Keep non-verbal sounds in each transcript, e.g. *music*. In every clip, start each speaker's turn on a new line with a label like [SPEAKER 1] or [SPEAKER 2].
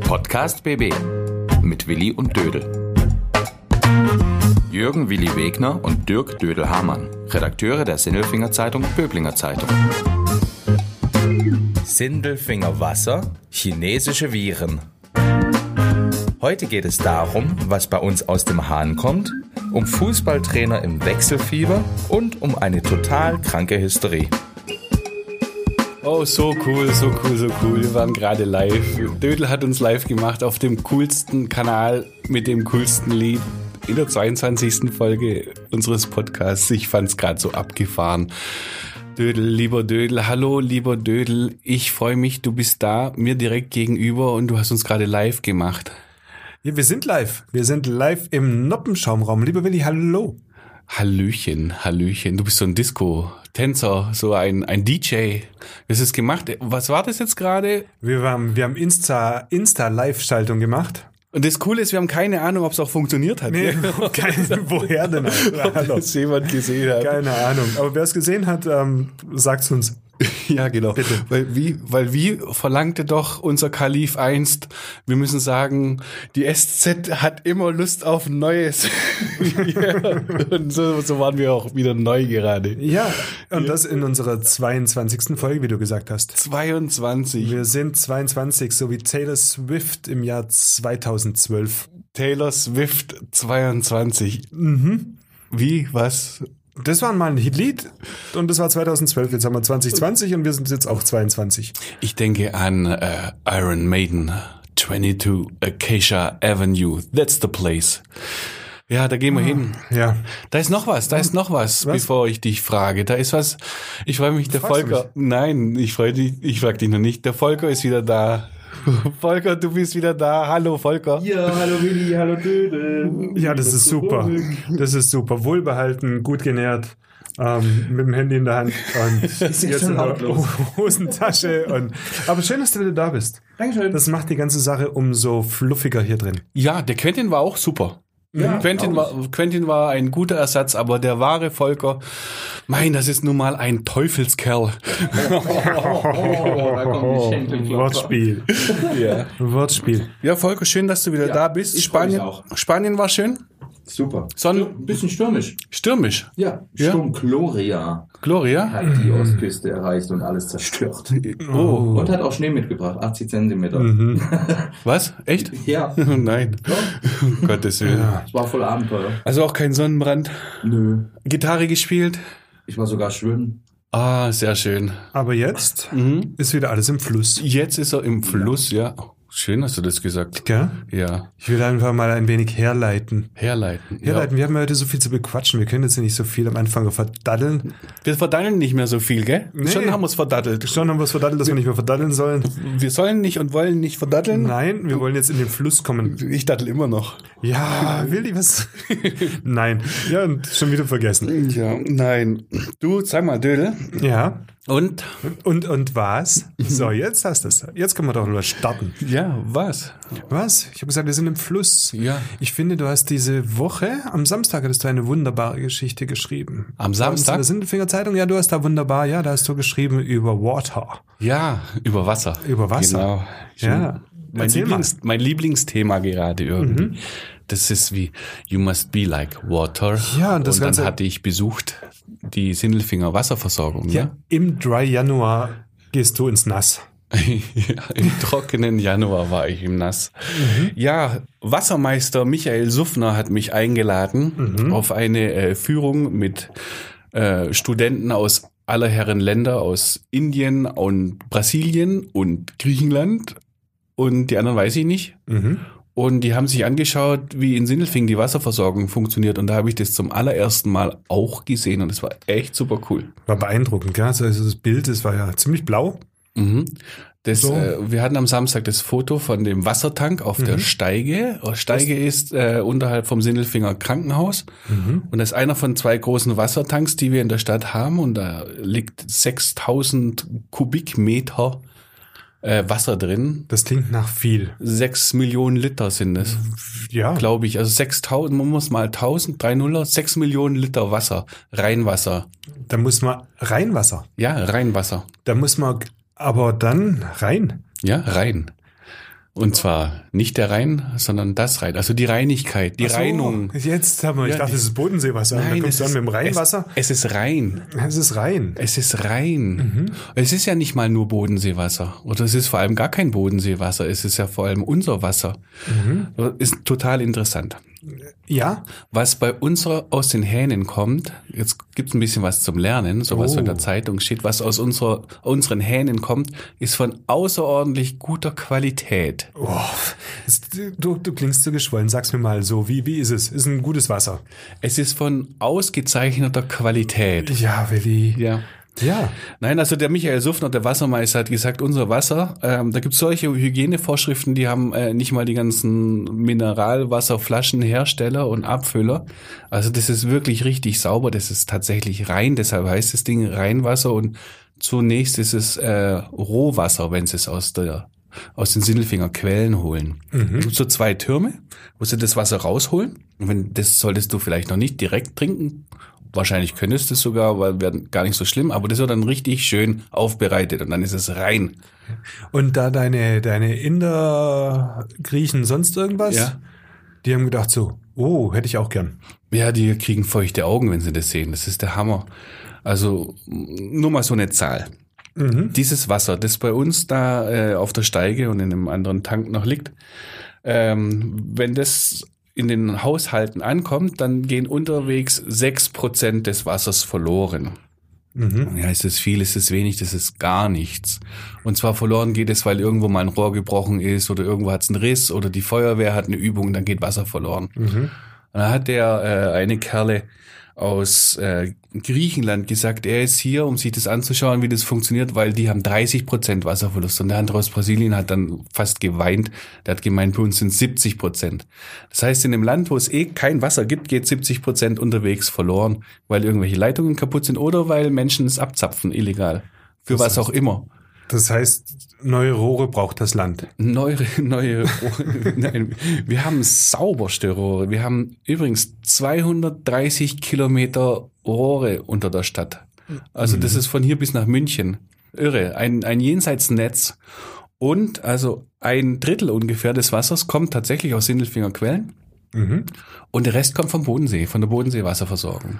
[SPEAKER 1] Podcast BB mit Willi und Dödel. Jürgen Willi Wegner und Dirk Dödel Hamann, Redakteure der Sindelfinger Zeitung Böblinger Zeitung. Sindelfinger Wasser, chinesische Viren. Heute geht es darum, was bei uns aus dem Hahn kommt, um Fußballtrainer im Wechselfieber und um eine total kranke Hysterie.
[SPEAKER 2] Oh, so cool, so cool, so cool. Wir waren gerade live. Dödel hat uns live gemacht auf dem coolsten Kanal mit dem coolsten Lied in der 22. Folge unseres Podcasts. Ich fand's gerade so abgefahren. Dödel, lieber Dödel, hallo, lieber Dödel. Ich freue mich, du bist da, mir direkt gegenüber und du hast uns gerade live gemacht.
[SPEAKER 3] Ja, wir sind live. Wir sind live im Noppenschaumraum. Lieber Willi, hallo.
[SPEAKER 2] Hallöchen, Hallöchen. Du bist so ein Disco-Tänzer, so ein, ein DJ. Was ist gemacht? Was war das jetzt gerade?
[SPEAKER 3] Wir haben, wir haben Insta, Insta-Live-Schaltung gemacht.
[SPEAKER 2] Und das Coole ist, wir haben keine Ahnung, ob es auch funktioniert hat.
[SPEAKER 3] Nee, *laughs* keine, woher
[SPEAKER 2] *laughs*
[SPEAKER 3] denn?
[SPEAKER 2] Ob
[SPEAKER 3] Hallo.
[SPEAKER 2] das jemand gesehen hat.
[SPEAKER 3] Keine Ahnung. Aber wer es gesehen hat, ähm, sagt's uns.
[SPEAKER 2] *laughs* Ja, genau.
[SPEAKER 3] Bitte.
[SPEAKER 2] Weil wie, weil wie verlangte doch unser Kalif einst, wir müssen sagen, die SZ hat immer Lust auf
[SPEAKER 3] *laughs*
[SPEAKER 2] Neues. Ja. Und so, so waren wir auch wieder neu gerade.
[SPEAKER 3] Ja, und das in unserer 22. Folge, wie du gesagt hast.
[SPEAKER 2] 22.
[SPEAKER 3] Wir sind 22, so wie Taylor Swift im Jahr 2012.
[SPEAKER 2] Taylor Swift 22.
[SPEAKER 3] Mhm.
[SPEAKER 2] Wie, was?
[SPEAKER 3] Das war mal ein Hitlied und das war 2012. Jetzt haben wir 2020 und wir sind jetzt auch 22.
[SPEAKER 2] Ich denke an äh, Iron Maiden 22 Acacia Avenue. That's the place. Ja, da
[SPEAKER 3] Ah.
[SPEAKER 2] gehen wir hin.
[SPEAKER 3] Ja.
[SPEAKER 2] Da ist noch was, da ist noch was, bevor ich dich frage. Da ist was. Ich freue mich, der
[SPEAKER 3] Fragst du
[SPEAKER 2] Volker. Nein, ich freue dich, ich frag dich noch nicht. Der Volker ist wieder da. *laughs* Volker, du bist wieder da. Hallo, Volker.
[SPEAKER 4] Ja, hallo Willi, hallo Dödel.
[SPEAKER 3] Ja, das ist super. Das ist super. Wohlbehalten, gut genährt, ähm, mit dem Handy in der Hand und jetzt
[SPEAKER 4] ja schon
[SPEAKER 3] in der
[SPEAKER 4] lautlos.
[SPEAKER 3] Hosentasche. Und, aber schön, dass du wieder da bist.
[SPEAKER 4] Dankeschön.
[SPEAKER 3] Das macht die ganze Sache umso fluffiger hier drin.
[SPEAKER 2] Ja, der Quentin war auch super. Quentin, war, Quentin war ein guter Ersatz, aber der wahre Volker, mein, das ist nun mal ein Teufelskerl.
[SPEAKER 4] oh, da kommen die Schenkelklopfer.
[SPEAKER 3] Wortspiel.
[SPEAKER 2] Ja.
[SPEAKER 3] Wortspiel.
[SPEAKER 2] ja, Volker, schön, dass du wieder da bist.
[SPEAKER 4] ich freu mich
[SPEAKER 2] Spanien,
[SPEAKER 4] auch.
[SPEAKER 2] Spanien war schön.
[SPEAKER 4] Super.
[SPEAKER 2] Sonnen-
[SPEAKER 4] Ein bisschen stürmisch.
[SPEAKER 2] Stürmisch.
[SPEAKER 4] Ja,
[SPEAKER 2] Ja.
[SPEAKER 4] Sturm Gloria
[SPEAKER 2] Gloria.
[SPEAKER 4] hat die Ostküste erreicht und alles zerstört.
[SPEAKER 2] Oh,
[SPEAKER 4] Und hat auch Schnee mitgebracht, 80 Zentimeter.
[SPEAKER 2] was? Echt?
[SPEAKER 4] Ja,
[SPEAKER 2] *laughs* Nein. Um *laughs* Gottes Willen.
[SPEAKER 4] es war voll Abenteuer.
[SPEAKER 2] Also auch kein Sonnenbrand.
[SPEAKER 4] Nö,
[SPEAKER 2] Gitarre gespielt.
[SPEAKER 4] ich war sogar schwimmen.
[SPEAKER 2] Ah, sehr schön.
[SPEAKER 3] Aber jetzt
[SPEAKER 2] Mhm.
[SPEAKER 3] ist wieder alles im Fluss.
[SPEAKER 2] Jetzt ist er im Fluss, ja. Oh, Schön hast du das gesagt.
[SPEAKER 3] Gell?
[SPEAKER 2] Ja.
[SPEAKER 3] Ich will einfach mal ein wenig herleiten.
[SPEAKER 2] Herleiten. Ja.
[SPEAKER 3] Herleiten, wir haben ja heute so viel zu bequatschen. Wir können jetzt hier nicht so viel am Anfang verdaddeln.
[SPEAKER 2] Wir verdaddeln nicht mehr so viel, gell?
[SPEAKER 3] Nee.
[SPEAKER 2] Schon haben wir es verdattelt.
[SPEAKER 3] Schon haben wir es verdaddelt, dass wir nicht mehr verdaddeln sollen.
[SPEAKER 2] Wir sollen nicht und wollen nicht verdaddeln.
[SPEAKER 3] Nein, wir wollen jetzt in den Fluss kommen.
[SPEAKER 2] Ich dattel immer noch.
[SPEAKER 3] *laughs* Ja, Willi, was? Nein. Ja, und schon wieder vergessen.
[SPEAKER 2] Ja, nein. Du, sag mal, Dödel.
[SPEAKER 3] Ja.
[SPEAKER 2] Und?
[SPEAKER 3] Und, und was? So, jetzt hast du es. Jetzt können wir doch mal starten.
[SPEAKER 2] Ja, was?
[SPEAKER 3] Was? Ich habe gesagt, wir sind im Fluss.
[SPEAKER 2] Ja.
[SPEAKER 3] Ich finde, du hast diese Woche, am Samstag hattest du eine wunderbare Geschichte geschrieben.
[SPEAKER 2] Am
[SPEAKER 3] Du hast in
[SPEAKER 2] Samstag?
[SPEAKER 3] der Sindelfinger Zeitung, ja, du hast da wunderbar, ja, da hast du geschrieben über Water.
[SPEAKER 2] Ja, über Wasser.
[SPEAKER 3] Über Wasser.
[SPEAKER 2] Genau.
[SPEAKER 3] Ja.
[SPEAKER 2] Mein,
[SPEAKER 3] Erzähl mal. Mhm.
[SPEAKER 2] Lieblings, mein Lieblingsthema gerade irgendwie. Das ist wie You must be like water.
[SPEAKER 3] Ja, und das
[SPEAKER 2] und
[SPEAKER 3] Ganze-
[SPEAKER 2] dann hatte ich besucht die Sindelfinger Wasserversorgung. ne?
[SPEAKER 3] Ja.
[SPEAKER 2] Ja.
[SPEAKER 3] Im Dry Januar gehst du ins Nass.
[SPEAKER 2] Ja, Im trockenen Januar war ich im Nass. Ja, Wassermeister Michael Suffner hat mich eingeladen auf eine äh, Führung mit äh, Studenten aus aller Herren Länder, aus Indien und Brasilien und Griechenland. Und die anderen weiß ich nicht.
[SPEAKER 3] Mhm.
[SPEAKER 2] Und die haben sich angeschaut, wie in Sindelfingen die Wasserversorgung funktioniert. Und da habe ich das zum allerersten Mal auch gesehen. Und es war echt super cool.
[SPEAKER 3] War beeindruckend, gell? Also das Bild, das war ja ziemlich blau.
[SPEAKER 2] Mhm. Das,
[SPEAKER 3] So.
[SPEAKER 2] äh, wir hatten am Samstag das Foto von dem Wassertank auf der Steige. Oh, Steige ist äh, unterhalb vom Sindelfinger Krankenhaus. Und das ist einer von zwei großen Wassertanks, die wir in der Stadt haben. Und da liegt 6000 Kubikmeter äh, Wasser drin.
[SPEAKER 3] Das klingt nach viel.
[SPEAKER 2] Sechs Millionen Liter sind es,
[SPEAKER 3] Mhm. Ja.
[SPEAKER 2] glaube ich. Also 6000, man muss mal 1000, 3 Nuller, 6 Millionen Liter Wasser, Reinwasser.
[SPEAKER 3] Da muss man rein Wasser.
[SPEAKER 2] Ja, Reinwasser.
[SPEAKER 3] Da muss man aber dann rein.
[SPEAKER 2] Ja, rein. Und zwar nicht der Rhein, sondern das Rhein. Also die Reinigkeit, die
[SPEAKER 3] Ach so,
[SPEAKER 2] Reinung.
[SPEAKER 3] Jetzt haben wir, ich
[SPEAKER 2] Ja,
[SPEAKER 3] dachte, es ist Bodensee-Wasser. da kommst du an mit dem Rheinwasser.
[SPEAKER 2] Es, es ist rein.
[SPEAKER 3] Es ist rein.
[SPEAKER 2] Es ist rein.
[SPEAKER 3] Mhm.
[SPEAKER 2] Es ist ja nicht mal nur Bodenseewasser. Oder es ist vor allem gar kein Bodenseewasser. Es ist ja vor allem unser Wasser.
[SPEAKER 3] Mhm.
[SPEAKER 2] Ist total interessant.
[SPEAKER 3] Ja?
[SPEAKER 2] Was bei uns aus den Hähnen kommt, jetzt gibt's ein bisschen was zum Lernen, so was
[SPEAKER 3] Oh.
[SPEAKER 2] in der Zeitung steht, was aus unserer, unseren Hähnen kommt, ist von außerordentlich guter Qualität.
[SPEAKER 3] Oh, es, du, du klingst so geschwollen. Sag's mir mal so, wie, wie ist es? Ist ein gutes Wasser.
[SPEAKER 2] Es ist von ausgezeichneter Qualität.
[SPEAKER 3] Ja, Willi.
[SPEAKER 2] Ja.
[SPEAKER 3] Ja.
[SPEAKER 2] Nein, also der Michael Suffner, der Wassermeister, hat gesagt, unser Wasser, ähm, da gibt's solche Hygienevorschriften, die haben äh, nicht mal die ganzen Mineralwasserflaschenhersteller und Abfüller. Also das ist wirklich richtig sauber, das ist tatsächlich rein, deshalb heißt das Ding Reinwasser und zunächst ist es äh, Rohwasser, wenn sie es aus der aus den Sindelfinger Quellen holen. Es gibt so zwei Türme, wo sie das Wasser rausholen. Und wenn, das solltest du vielleicht noch nicht direkt trinken. Wahrscheinlich könntest du es sogar, weil wäre gar nicht so schlimm, aber das wird dann richtig schön aufbereitet und dann ist es rein.
[SPEAKER 3] Und da deine, deine Inder, Griechen, sonst irgendwas,
[SPEAKER 2] Ja.
[SPEAKER 3] die haben gedacht so, oh, hätte ich auch gern.
[SPEAKER 2] Ja, die kriegen feuchte Augen, wenn sie das sehen. Das ist der Hammer. Also m, nur mal so eine Zahl. Dieses Wasser, das bei uns da äh, auf der Steige und in einem anderen Tank noch liegt, ähm, wenn das in den Haushalten ankommt, dann gehen unterwegs 6% des Wassers verloren. Ja, ist es viel, ist es wenig, das ist gar nichts. Und zwar verloren geht es, weil irgendwo mal ein Rohr gebrochen ist oder irgendwo hat es einen Riss oder die Feuerwehr hat eine Übung, dann geht Wasser verloren. Und da hat der äh, eine Kerle aus äh, Griechenland gesagt, er ist hier, um sich das anzuschauen, wie das funktioniert, weil die haben 30 Prozent Wasserverlust. Und der andere aus Brasilien hat dann fast geweint. Der hat gemeint, bei uns sind 70 Prozent. Das heißt, in einem Land, wo es eh kein Wasser gibt, geht 70 Prozent unterwegs verloren, weil irgendwelche Leitungen kaputt sind oder weil Menschen es abzapfen, illegal. Für was auch immer.
[SPEAKER 3] Das heißt, neue Rohre braucht das Land.
[SPEAKER 2] Neue, neue
[SPEAKER 3] *laughs*
[SPEAKER 2] Rohre. Nein, wir haben sauberste Rohre. Wir haben übrigens 230 Kilometer Rohre unter der Stadt. Also das
[SPEAKER 3] Mhm.
[SPEAKER 2] ist von hier bis nach München. Irre. Ein, ein Jenseitsnetz. Und also ein Drittel ungefähr des Wassers kommt tatsächlich aus Sindelfinger Quellen.
[SPEAKER 3] Mhm.
[SPEAKER 2] Und der Rest kommt vom Bodensee, von der Bodenseewasserversorgung.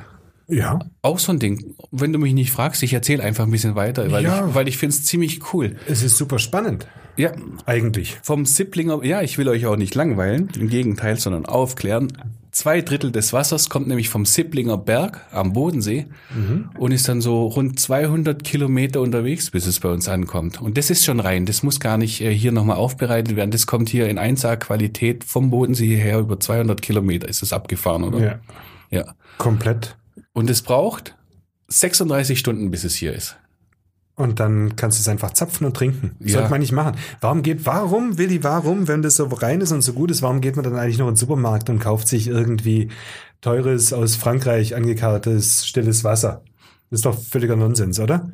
[SPEAKER 3] Ja.
[SPEAKER 2] Auch so ein Ding. Wenn du mich nicht fragst, ich erzähle einfach ein bisschen weiter, weil
[SPEAKER 3] Ja.
[SPEAKER 2] ich, weil ich finde es ziemlich cool.
[SPEAKER 3] Es ist super spannend,
[SPEAKER 2] Ja,
[SPEAKER 3] eigentlich.
[SPEAKER 2] vom Sipplinger, ja, ich will euch auch nicht langweilen, im Gegenteil, sondern aufklären. Zwei Drittel des Wassers kommt nämlich vom Sipplinger Berg am Bodensee und ist dann so rund 200 Kilometer unterwegs, bis es bei uns ankommt. Und das ist schon rein, das muss gar nicht äh, hier nochmal aufbereitet werden. Das kommt hier in 1A-Qualität vom Bodensee hierher über 200 Kilometer ist es abgefahren, oder?
[SPEAKER 3] Ja.
[SPEAKER 2] ja.
[SPEAKER 3] Komplett.
[SPEAKER 2] Und es braucht 36 Stunden, bis es hier ist.
[SPEAKER 3] Und dann kannst du es einfach zapfen und trinken.
[SPEAKER 2] Ja.
[SPEAKER 3] Sollte man nicht machen. Warum geht, warum, Willi, warum, wenn das so rein ist und so gut ist, warum geht man dann eigentlich noch in den Supermarkt und kauft sich irgendwie teures, aus Frankreich angekartetes, stilles Wasser? Das ist doch völliger Nonsens, oder?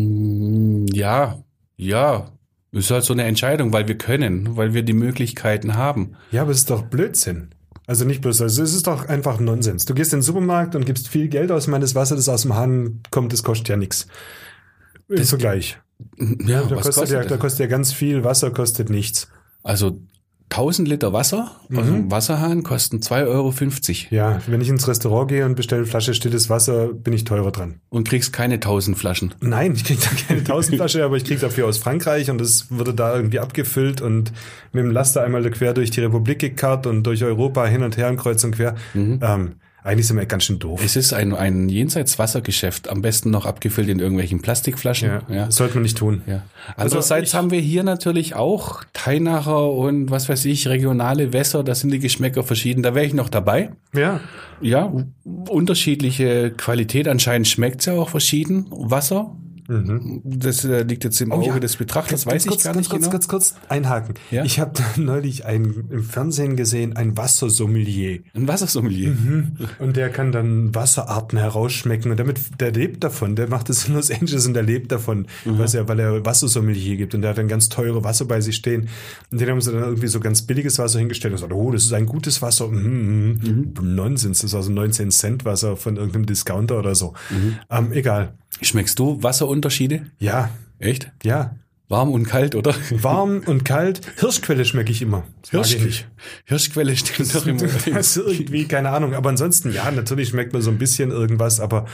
[SPEAKER 2] Mm, Ja, ja. Ist halt so eine Entscheidung, weil wir können, weil wir die Möglichkeiten haben.
[SPEAKER 3] Ja, aber es ist doch Blödsinn. Also nicht bloß, also es ist doch einfach Nonsens. Du gehst in den Supermarkt und gibst viel Geld aus, ich meine, das Wasser, das aus dem Hahn kommt, das kostet ja nichts. Im Vergleich.
[SPEAKER 2] Ja,
[SPEAKER 3] Da
[SPEAKER 2] was
[SPEAKER 3] kostet, Mm, ja, da
[SPEAKER 2] das?
[SPEAKER 3] kostet ja ganz viel, Wasser kostet nichts.
[SPEAKER 2] Also 1000 Liter Wasser aus dem Wasserhahn kosten 2,50 Euro
[SPEAKER 3] Mhm. Ja, wenn ich ins Restaurant gehe und bestelle eine Flasche stilles Wasser, bin ich teurer dran.
[SPEAKER 2] und kriegst keine 1000 Flaschen.
[SPEAKER 3] Nein, ich krieg da
[SPEAKER 2] *laughs*
[SPEAKER 3] keine Tausendflasche, aber ich krieg dafür aus Frankreich und das wurde da irgendwie abgefüllt und mit dem Laster einmal quer durch die Republik gekarrt und durch Europa hin und her und kreuz und quer. Ähm, eigentlich sind wir ganz schön doof.
[SPEAKER 2] Es Mhm. ist ein, ein Jenseitswassergeschäft, am besten noch abgefüllt in irgendwelchen Plastikflaschen. ja.
[SPEAKER 3] Das sollte man nicht tun.
[SPEAKER 2] Ja.
[SPEAKER 3] Also
[SPEAKER 2] Andererseits
[SPEAKER 3] ich-
[SPEAKER 2] haben wir hier natürlich auch Teinacher und was weiß ich, regionale Wässer, da sind die Geschmäcker verschieden. Da wäre ich noch dabei.
[SPEAKER 3] Ja.
[SPEAKER 2] Ja, unterschiedliche Qualität. Anscheinend schmeckt's ja auch verschieden. Wasser, das äh, liegt jetzt im Auge
[SPEAKER 3] Oh ja.
[SPEAKER 2] des Betrachters,
[SPEAKER 3] Mhm. Ganz
[SPEAKER 2] weiß ich
[SPEAKER 3] kurz,
[SPEAKER 2] gar
[SPEAKER 3] ganz
[SPEAKER 2] nicht
[SPEAKER 3] kurz,
[SPEAKER 2] genau.
[SPEAKER 3] Ganz kurz einhaken.
[SPEAKER 2] Ja?
[SPEAKER 3] Ich habe *laughs* neulich ein, im Fernsehen gesehen, ein Wassersommelier.
[SPEAKER 2] Ein Wassersommelier.
[SPEAKER 3] Mhm. Und der kann dann Wasserarten herausschmecken. Und damit, der lebt davon. Der macht es in Los Angeles und der lebt davon, was er, weil er Wassersommelier gibt. Und der hat dann ganz teure Wasser bei sich stehen. Und den haben sie dann irgendwie so ganz billiges Wasser hingestellt und gesagt, oh, das ist ein gutes Wasser. Mhm, mhm. Nonsens. Das ist also 19 Cent Wasser von irgendeinem Discounter oder so. Ähm, egal.
[SPEAKER 2] Schmeckst du Wasserunterschiede?
[SPEAKER 3] Ja,
[SPEAKER 2] Echt?
[SPEAKER 3] ja.
[SPEAKER 2] Warm und kalt,
[SPEAKER 3] *laughs*
[SPEAKER 2] oder?
[SPEAKER 3] Warm und kalt. Hirschquelle schmecke ich immer. Das mag ich nicht.
[SPEAKER 2] Hirschquelle steht doch im,
[SPEAKER 3] *laughs* Das
[SPEAKER 2] im
[SPEAKER 3] ist irgendwie, keine Ahnung. Aber ansonsten, ja, natürlich schmeckt man so ein bisschen irgendwas, aber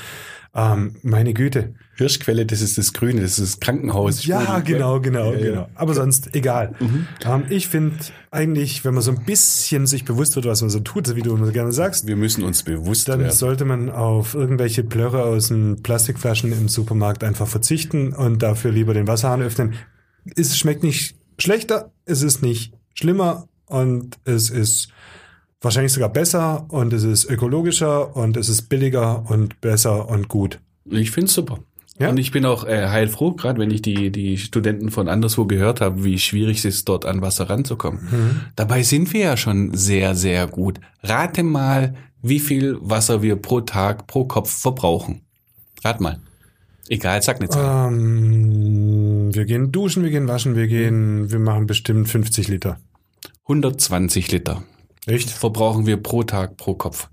[SPEAKER 3] ähm, meine Güte.
[SPEAKER 2] Hirschquelle, das ist das Grüne, das ist das Krankenhaus.
[SPEAKER 3] Ja, genau, genau,
[SPEAKER 2] Ja, Mhm. ja.
[SPEAKER 3] genau. Aber sonst egal. Ähm, ich finde eigentlich, wenn man so ein bisschen sich bewusst wird, was man so tut, so wie du immer so gerne sagst,
[SPEAKER 2] Wir müssen uns bewusst
[SPEAKER 3] dann
[SPEAKER 2] werden.
[SPEAKER 3] sollte man auf irgendwelche Blöre aus den Plastikflaschen im Supermarkt einfach verzichten und dafür lieber den Wasserhahn öffnen. Es schmeckt nicht schlechter, es ist nicht schlimmer und es ist wahrscheinlich sogar besser und es ist ökologischer und es ist billiger und besser und gut.
[SPEAKER 2] Ich finde es super.
[SPEAKER 3] Ja?
[SPEAKER 2] Und ich bin auch äh, heilfroh, gerade wenn ich die, die Studenten von anderswo gehört habe, wie schwierig es ist, dort an Wasser ranzukommen. Dabei sind wir ja schon sehr, sehr gut. Rate mal, wie viel Wasser wir pro Tag, pro Kopf verbrauchen. Rat mal. Egal, sag eine Zahl.
[SPEAKER 3] Ähm, wir gehen duschen, wir gehen waschen, wir gehen, wir machen bestimmt 50 Liter.
[SPEAKER 2] 120 Liter
[SPEAKER 3] Echt?
[SPEAKER 2] verbrauchen wir pro Tag, pro Kopf.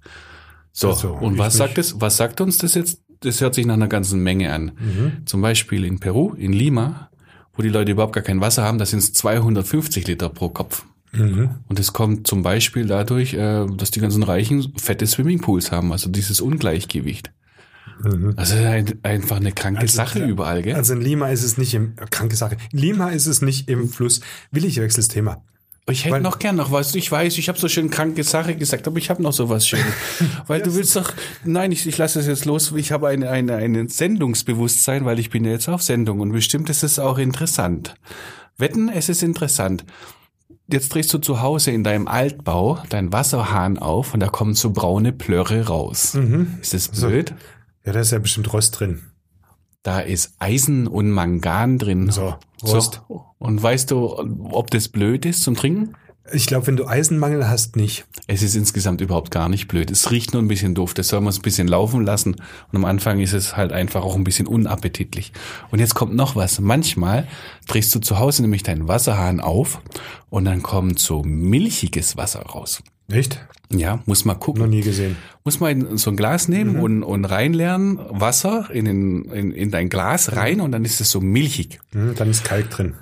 [SPEAKER 2] So,
[SPEAKER 3] Ach so,
[SPEAKER 2] und
[SPEAKER 3] Also, ich
[SPEAKER 2] was sagt,
[SPEAKER 3] nicht.
[SPEAKER 2] es, was sagt uns das jetzt? Das hört sich nach einer ganzen Menge an.
[SPEAKER 3] Mhm.
[SPEAKER 2] Zum Beispiel in Peru, in Lima, wo die Leute überhaupt gar kein Wasser haben, da sind es 250 Liter pro Kopf.
[SPEAKER 3] Mhm.
[SPEAKER 2] Und das kommt zum Beispiel dadurch, äh, dass die ganzen Reichen fette Swimmingpools haben, also dieses Ungleichgewicht.
[SPEAKER 3] Mhm.
[SPEAKER 2] Das ist ein, einfach eine kranke
[SPEAKER 3] Also,
[SPEAKER 2] Sache
[SPEAKER 3] ja,
[SPEAKER 2] überall, gell?
[SPEAKER 3] Also in Lima ist es nicht im, kranke Sache, in Lima ist es nicht im Fluss. Will ich wechsel das Thema.
[SPEAKER 2] ich hätte
[SPEAKER 3] weil-
[SPEAKER 2] noch gern noch was. Ich weiß, ich habe so schön kranke Sache gesagt, aber ich habe noch so was
[SPEAKER 3] *laughs*
[SPEAKER 2] Schönes. weil du willst doch, nein, ich, ich lasse es jetzt los. Ich habe ein, ein, ein Sendungsbewusstsein, weil ich bin ja jetzt auf Sendung und bestimmt ist es auch interessant. Wetten, es ist interessant. Jetzt drehst du zu Hause in deinem Altbau deinen Wasserhahn auf und da kommen so braune Plörre raus.
[SPEAKER 3] Hm. Mhm.
[SPEAKER 2] Ist das blöd?
[SPEAKER 3] Ja, da ist ja bestimmt Rost drin.
[SPEAKER 2] Da ist Eisen und Mangan drin.
[SPEAKER 3] So, Rost.
[SPEAKER 2] So. Und weißt du, ob das blöd ist zum Trinken?
[SPEAKER 3] Ich glaube, wenn du Eisenmangel hast, nicht.
[SPEAKER 2] Es ist insgesamt überhaupt gar nicht blöd. Es riecht nur ein bisschen doof. Das soll man es ein bisschen laufen lassen. Und am Anfang ist es halt einfach auch ein bisschen unappetitlich. Und jetzt kommt noch was. Manchmal drehst du zu Hause nämlich deinen Wasserhahn auf und dann kommt so milchiges Wasser raus.
[SPEAKER 3] Echt?
[SPEAKER 2] Ja, muss mal
[SPEAKER 3] Noch
[SPEAKER 2] gucken.
[SPEAKER 3] nie Mhm. gesehen.
[SPEAKER 2] Muss mal in so ein Glas nehmen und, und reinlernen, Wasser in, den, in, in dein Glas rein und dann ist es so milchig.
[SPEAKER 3] Mhm, dann ist Kalk drin.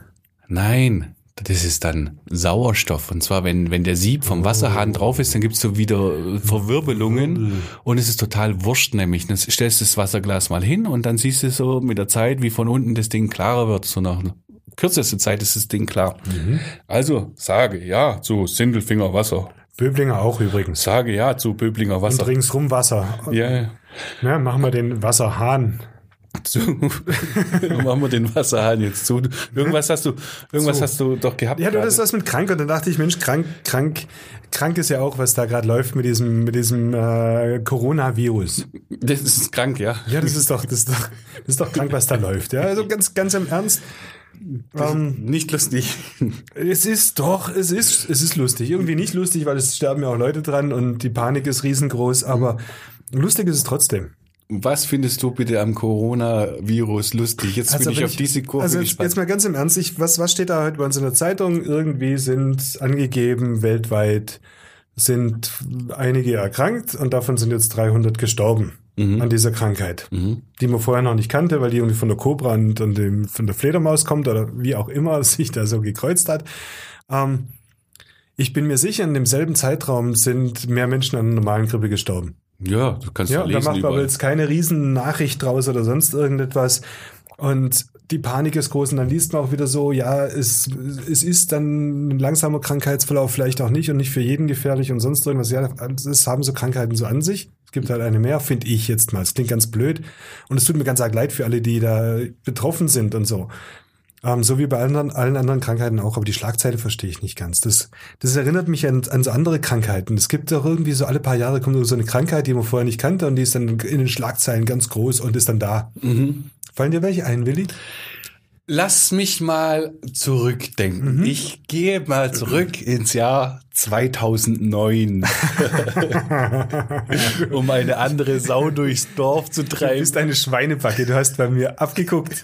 [SPEAKER 2] Nein, das ist dann Sauerstoff. Und zwar, wenn, wenn der Sieb vom
[SPEAKER 3] Oh.
[SPEAKER 2] Wasserhahn drauf ist, dann gibt's so wieder äh, Verwirbelungen.
[SPEAKER 3] Äh.
[SPEAKER 2] Und es ist total wurscht nämlich. Dann stellst du das Wasserglas mal hin und dann siehst du so mit der Zeit, wie von unten das Ding klarer wird. So nach kürzester Zeit ist das Ding klar.
[SPEAKER 3] Mhm.
[SPEAKER 2] Also sage ja zu Sindelfinger Wasser.
[SPEAKER 3] Böblinger auch übrigens.
[SPEAKER 2] Sage ja zu Böblinger
[SPEAKER 3] Und
[SPEAKER 2] Wasser.
[SPEAKER 3] ringsrum Wasser.
[SPEAKER 2] Ja, ja.
[SPEAKER 3] Na, machen wir den Wasserhahn. *laughs*
[SPEAKER 2] zu. Machen wir den Wasserhahn jetzt zu. Irgendwas hast du, irgendwas
[SPEAKER 3] So.
[SPEAKER 2] hast du doch gehabt.
[SPEAKER 3] Ja, du
[SPEAKER 2] gerade.
[SPEAKER 3] hattest was mit krank und dann dachte ich, Mensch, krank, krank, krank ist ja auch, was da gerade läuft mit diesem, mit diesem äh, Coronavirus.
[SPEAKER 2] das ist krank, ja.
[SPEAKER 3] Ja, das ist doch, das ist doch, das ist doch krank, was da läuft. Ja, also ganz, ganz im Ernst. Ähm,
[SPEAKER 2] Nicht lustig.
[SPEAKER 3] es ist doch, es ist, es ist lustig. Irgendwie nicht lustig, weil es sterben ja auch Leute dran und die Panik ist riesengroß, aber lustig ist es trotzdem.
[SPEAKER 2] Was findest du bitte am Coronavirus lustig? Jetzt bin ich
[SPEAKER 3] Also wenn
[SPEAKER 2] auf diese Kurve
[SPEAKER 3] also jetzt,
[SPEAKER 2] gespannt.
[SPEAKER 3] jetzt mal ganz im Ernst, ich, was, was steht da heute bei uns in der Zeitung? Irgendwie sind angegeben, weltweit sind einige erkrankt und davon sind jetzt 300 gestorben
[SPEAKER 2] Mhm.
[SPEAKER 3] an dieser Krankheit, die man vorher noch nicht kannte, weil die irgendwie von der Cobra und, und dem, von der Fledermaus kommt oder wie auch immer *laughs* sich da so gekreuzt hat. Ähm, ich bin mir sicher, in demselben Zeitraum sind mehr Menschen an der normalen Grippe gestorben.
[SPEAKER 2] ja, du kannst ja,
[SPEAKER 3] Ja, und da
[SPEAKER 2] lesen
[SPEAKER 3] macht man aber
[SPEAKER 2] überall.
[SPEAKER 3] jetzt keine Riesennachricht draus oder sonst irgendetwas. Und die Panik ist groß und dann liest man auch wieder so, ja, es, es ist dann ein langsamer Krankheitsverlauf, vielleicht auch nicht und nicht für jeden gefährlich und sonst irgendwas. Ja, das haben so Krankheiten so an sich. Es gibt halt eine mehr, finde ich jetzt mal. Es klingt ganz blöd und es tut mir ganz arg leid für alle, die da betroffen sind und so. Ähm, so wie bei anderen, allen anderen Krankheiten auch, aber die Schlagzeile verstehe ich nicht ganz. Das, das erinnert mich an, an so andere Krankheiten. Es gibt doch irgendwie so alle paar Jahre kommt so eine Krankheit, die man vorher nicht kannte und die ist dann in den Schlagzeilen ganz groß und ist dann da.
[SPEAKER 2] Mhm.
[SPEAKER 3] Fallen dir welche ein,
[SPEAKER 2] Ähm.
[SPEAKER 3] Willi?
[SPEAKER 2] Lass mich mal zurückdenken.
[SPEAKER 3] Mhm.
[SPEAKER 2] Ich gehe mal zurück ins Jahr
[SPEAKER 3] *laughs*
[SPEAKER 2] 2009, um eine andere Sau durchs Dorf zu
[SPEAKER 3] Du
[SPEAKER 2] treiben.
[SPEAKER 3] bist eine Schweinebacke, du hast bei mir abgeguckt.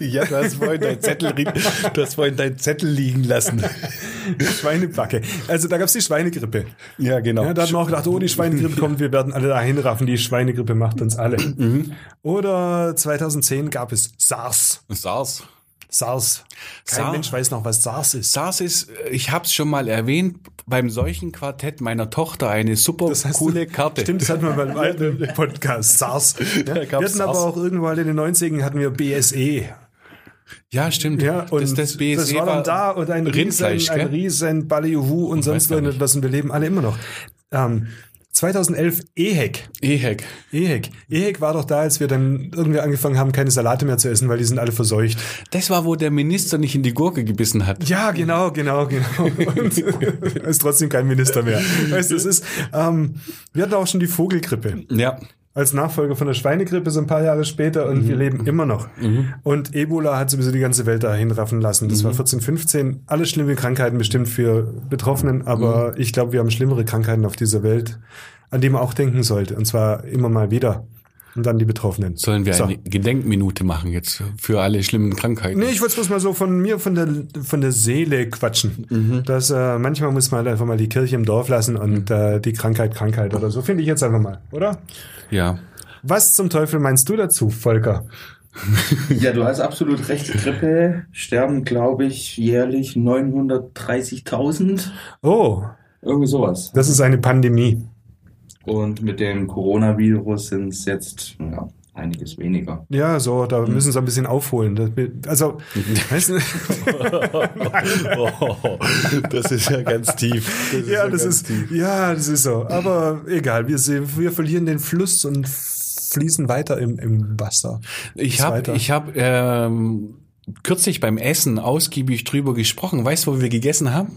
[SPEAKER 2] *laughs* Ja, du hast vorhin deinen Zettel, ri- du hast vorhin deinen Zettel liegen lassen.
[SPEAKER 3] Schweinebacke. Also da gab's die Schweinegrippe.
[SPEAKER 2] Ja, genau.
[SPEAKER 3] Ja, da hat man auch gedacht, oh, die Schweinegrippe kommt, wir werden alle dahin raffen, die Schweinegrippe
[SPEAKER 2] Mhm.
[SPEAKER 3] macht uns alle. Oder 2010 gab es SARS.
[SPEAKER 2] SARS.
[SPEAKER 3] SARS. Kein
[SPEAKER 2] Sa-
[SPEAKER 3] Mensch weiß noch, was SARS ist.
[SPEAKER 2] SARS ist, ich habe es schon mal erwähnt, beim Seuchenquartett meiner Tochter eine super
[SPEAKER 3] *laughs*
[SPEAKER 2] coole Karte.
[SPEAKER 3] Stimmt, das hatten wir
[SPEAKER 2] *laughs*
[SPEAKER 3] beim alten Podcast SARS. Ne? Wir hatten
[SPEAKER 2] gab's
[SPEAKER 3] aber
[SPEAKER 2] SARS.
[SPEAKER 3] auch irgendwann in den 90ern hatten wir BSE.
[SPEAKER 2] Ja, stimmt.
[SPEAKER 3] Ja, und
[SPEAKER 2] das, das, BSE
[SPEAKER 3] das war dann da und ein
[SPEAKER 2] Rindfleisch,
[SPEAKER 3] riesen, ein
[SPEAKER 2] gell?
[SPEAKER 3] riesen Ballyhoo und sonst
[SPEAKER 2] weiß gar
[SPEAKER 3] irgendwas und wir leben alle immer noch. Ähm, E 2011 EHEC.
[SPEAKER 2] Ehek.
[SPEAKER 3] EHEC. EHEC E war doch da, als wir dann irgendwie angefangen haben, keine Salate mehr zu essen, weil die sind alle verseucht.
[SPEAKER 2] Das war, wo der Minister nicht in die Gurke gebissen hat.
[SPEAKER 3] Ja, genau, genau, genau. Und *laughs* ist trotzdem kein Minister mehr. Weißt du, es ist, ähm, wir hatten auch schon die Vogelgrippe
[SPEAKER 2] Ja.
[SPEAKER 3] als Nachfolger von der Schweinegrippe so ein paar Jahre später und wir
[SPEAKER 2] Mhm.
[SPEAKER 3] leben immer noch. Und Ebola hat sowieso die ganze Welt dahin raffen lassen.
[SPEAKER 2] Mhm.
[SPEAKER 3] Das war 14, 15. Alle schlimme Krankheiten bestimmt für Betroffenen,
[SPEAKER 2] Mhm.
[SPEAKER 3] aber ich glaube, wir haben schlimmere Krankheiten auf dieser Welt, an die man auch denken sollte. Und zwar immer mal wieder. Und dann die Betroffenen.
[SPEAKER 2] Sollen wir
[SPEAKER 3] so.
[SPEAKER 2] eine Gedenkminute machen jetzt für alle schlimmen Krankheiten?
[SPEAKER 3] Nee, ich wollte es bloß mal so von mir, von der, von der Seele quatschen.
[SPEAKER 2] Mhm.
[SPEAKER 3] Dass äh, manchmal muss man halt einfach mal die Kirche im Dorf lassen und äh, die Krankheit Krankheit oder so. Finde ich jetzt einfach mal, oder? *laughs*
[SPEAKER 2] Ja.
[SPEAKER 3] Was zum Teufel meinst du dazu, Volker?
[SPEAKER 4] Ja, du hast absolut recht. Grippe sterben, glaube ich, jährlich 930.000.
[SPEAKER 3] Oh,
[SPEAKER 4] Irgendwie sowas.
[SPEAKER 3] das ist eine Pandemie.
[SPEAKER 4] Und mit dem Coronavirus sind es jetzt ja, einiges weniger.
[SPEAKER 3] Ja, so, da müssen sie ein bisschen aufholen. Hm. *laughs* Das- Also, weißt du,
[SPEAKER 2] Oh, das ist ja ganz tief.
[SPEAKER 3] ja, das ist, ja, das ist so. Aber egal, wir, sehen, wir verlieren den Fluss und fließen weiter im, im Wasser.
[SPEAKER 2] Ich
[SPEAKER 3] Bis
[SPEAKER 2] habe
[SPEAKER 3] weiter.
[SPEAKER 2] ich hab, ähm, kürzlich beim Essen ausgiebig drüber gesprochen. Weißt du, wo wir gegessen haben?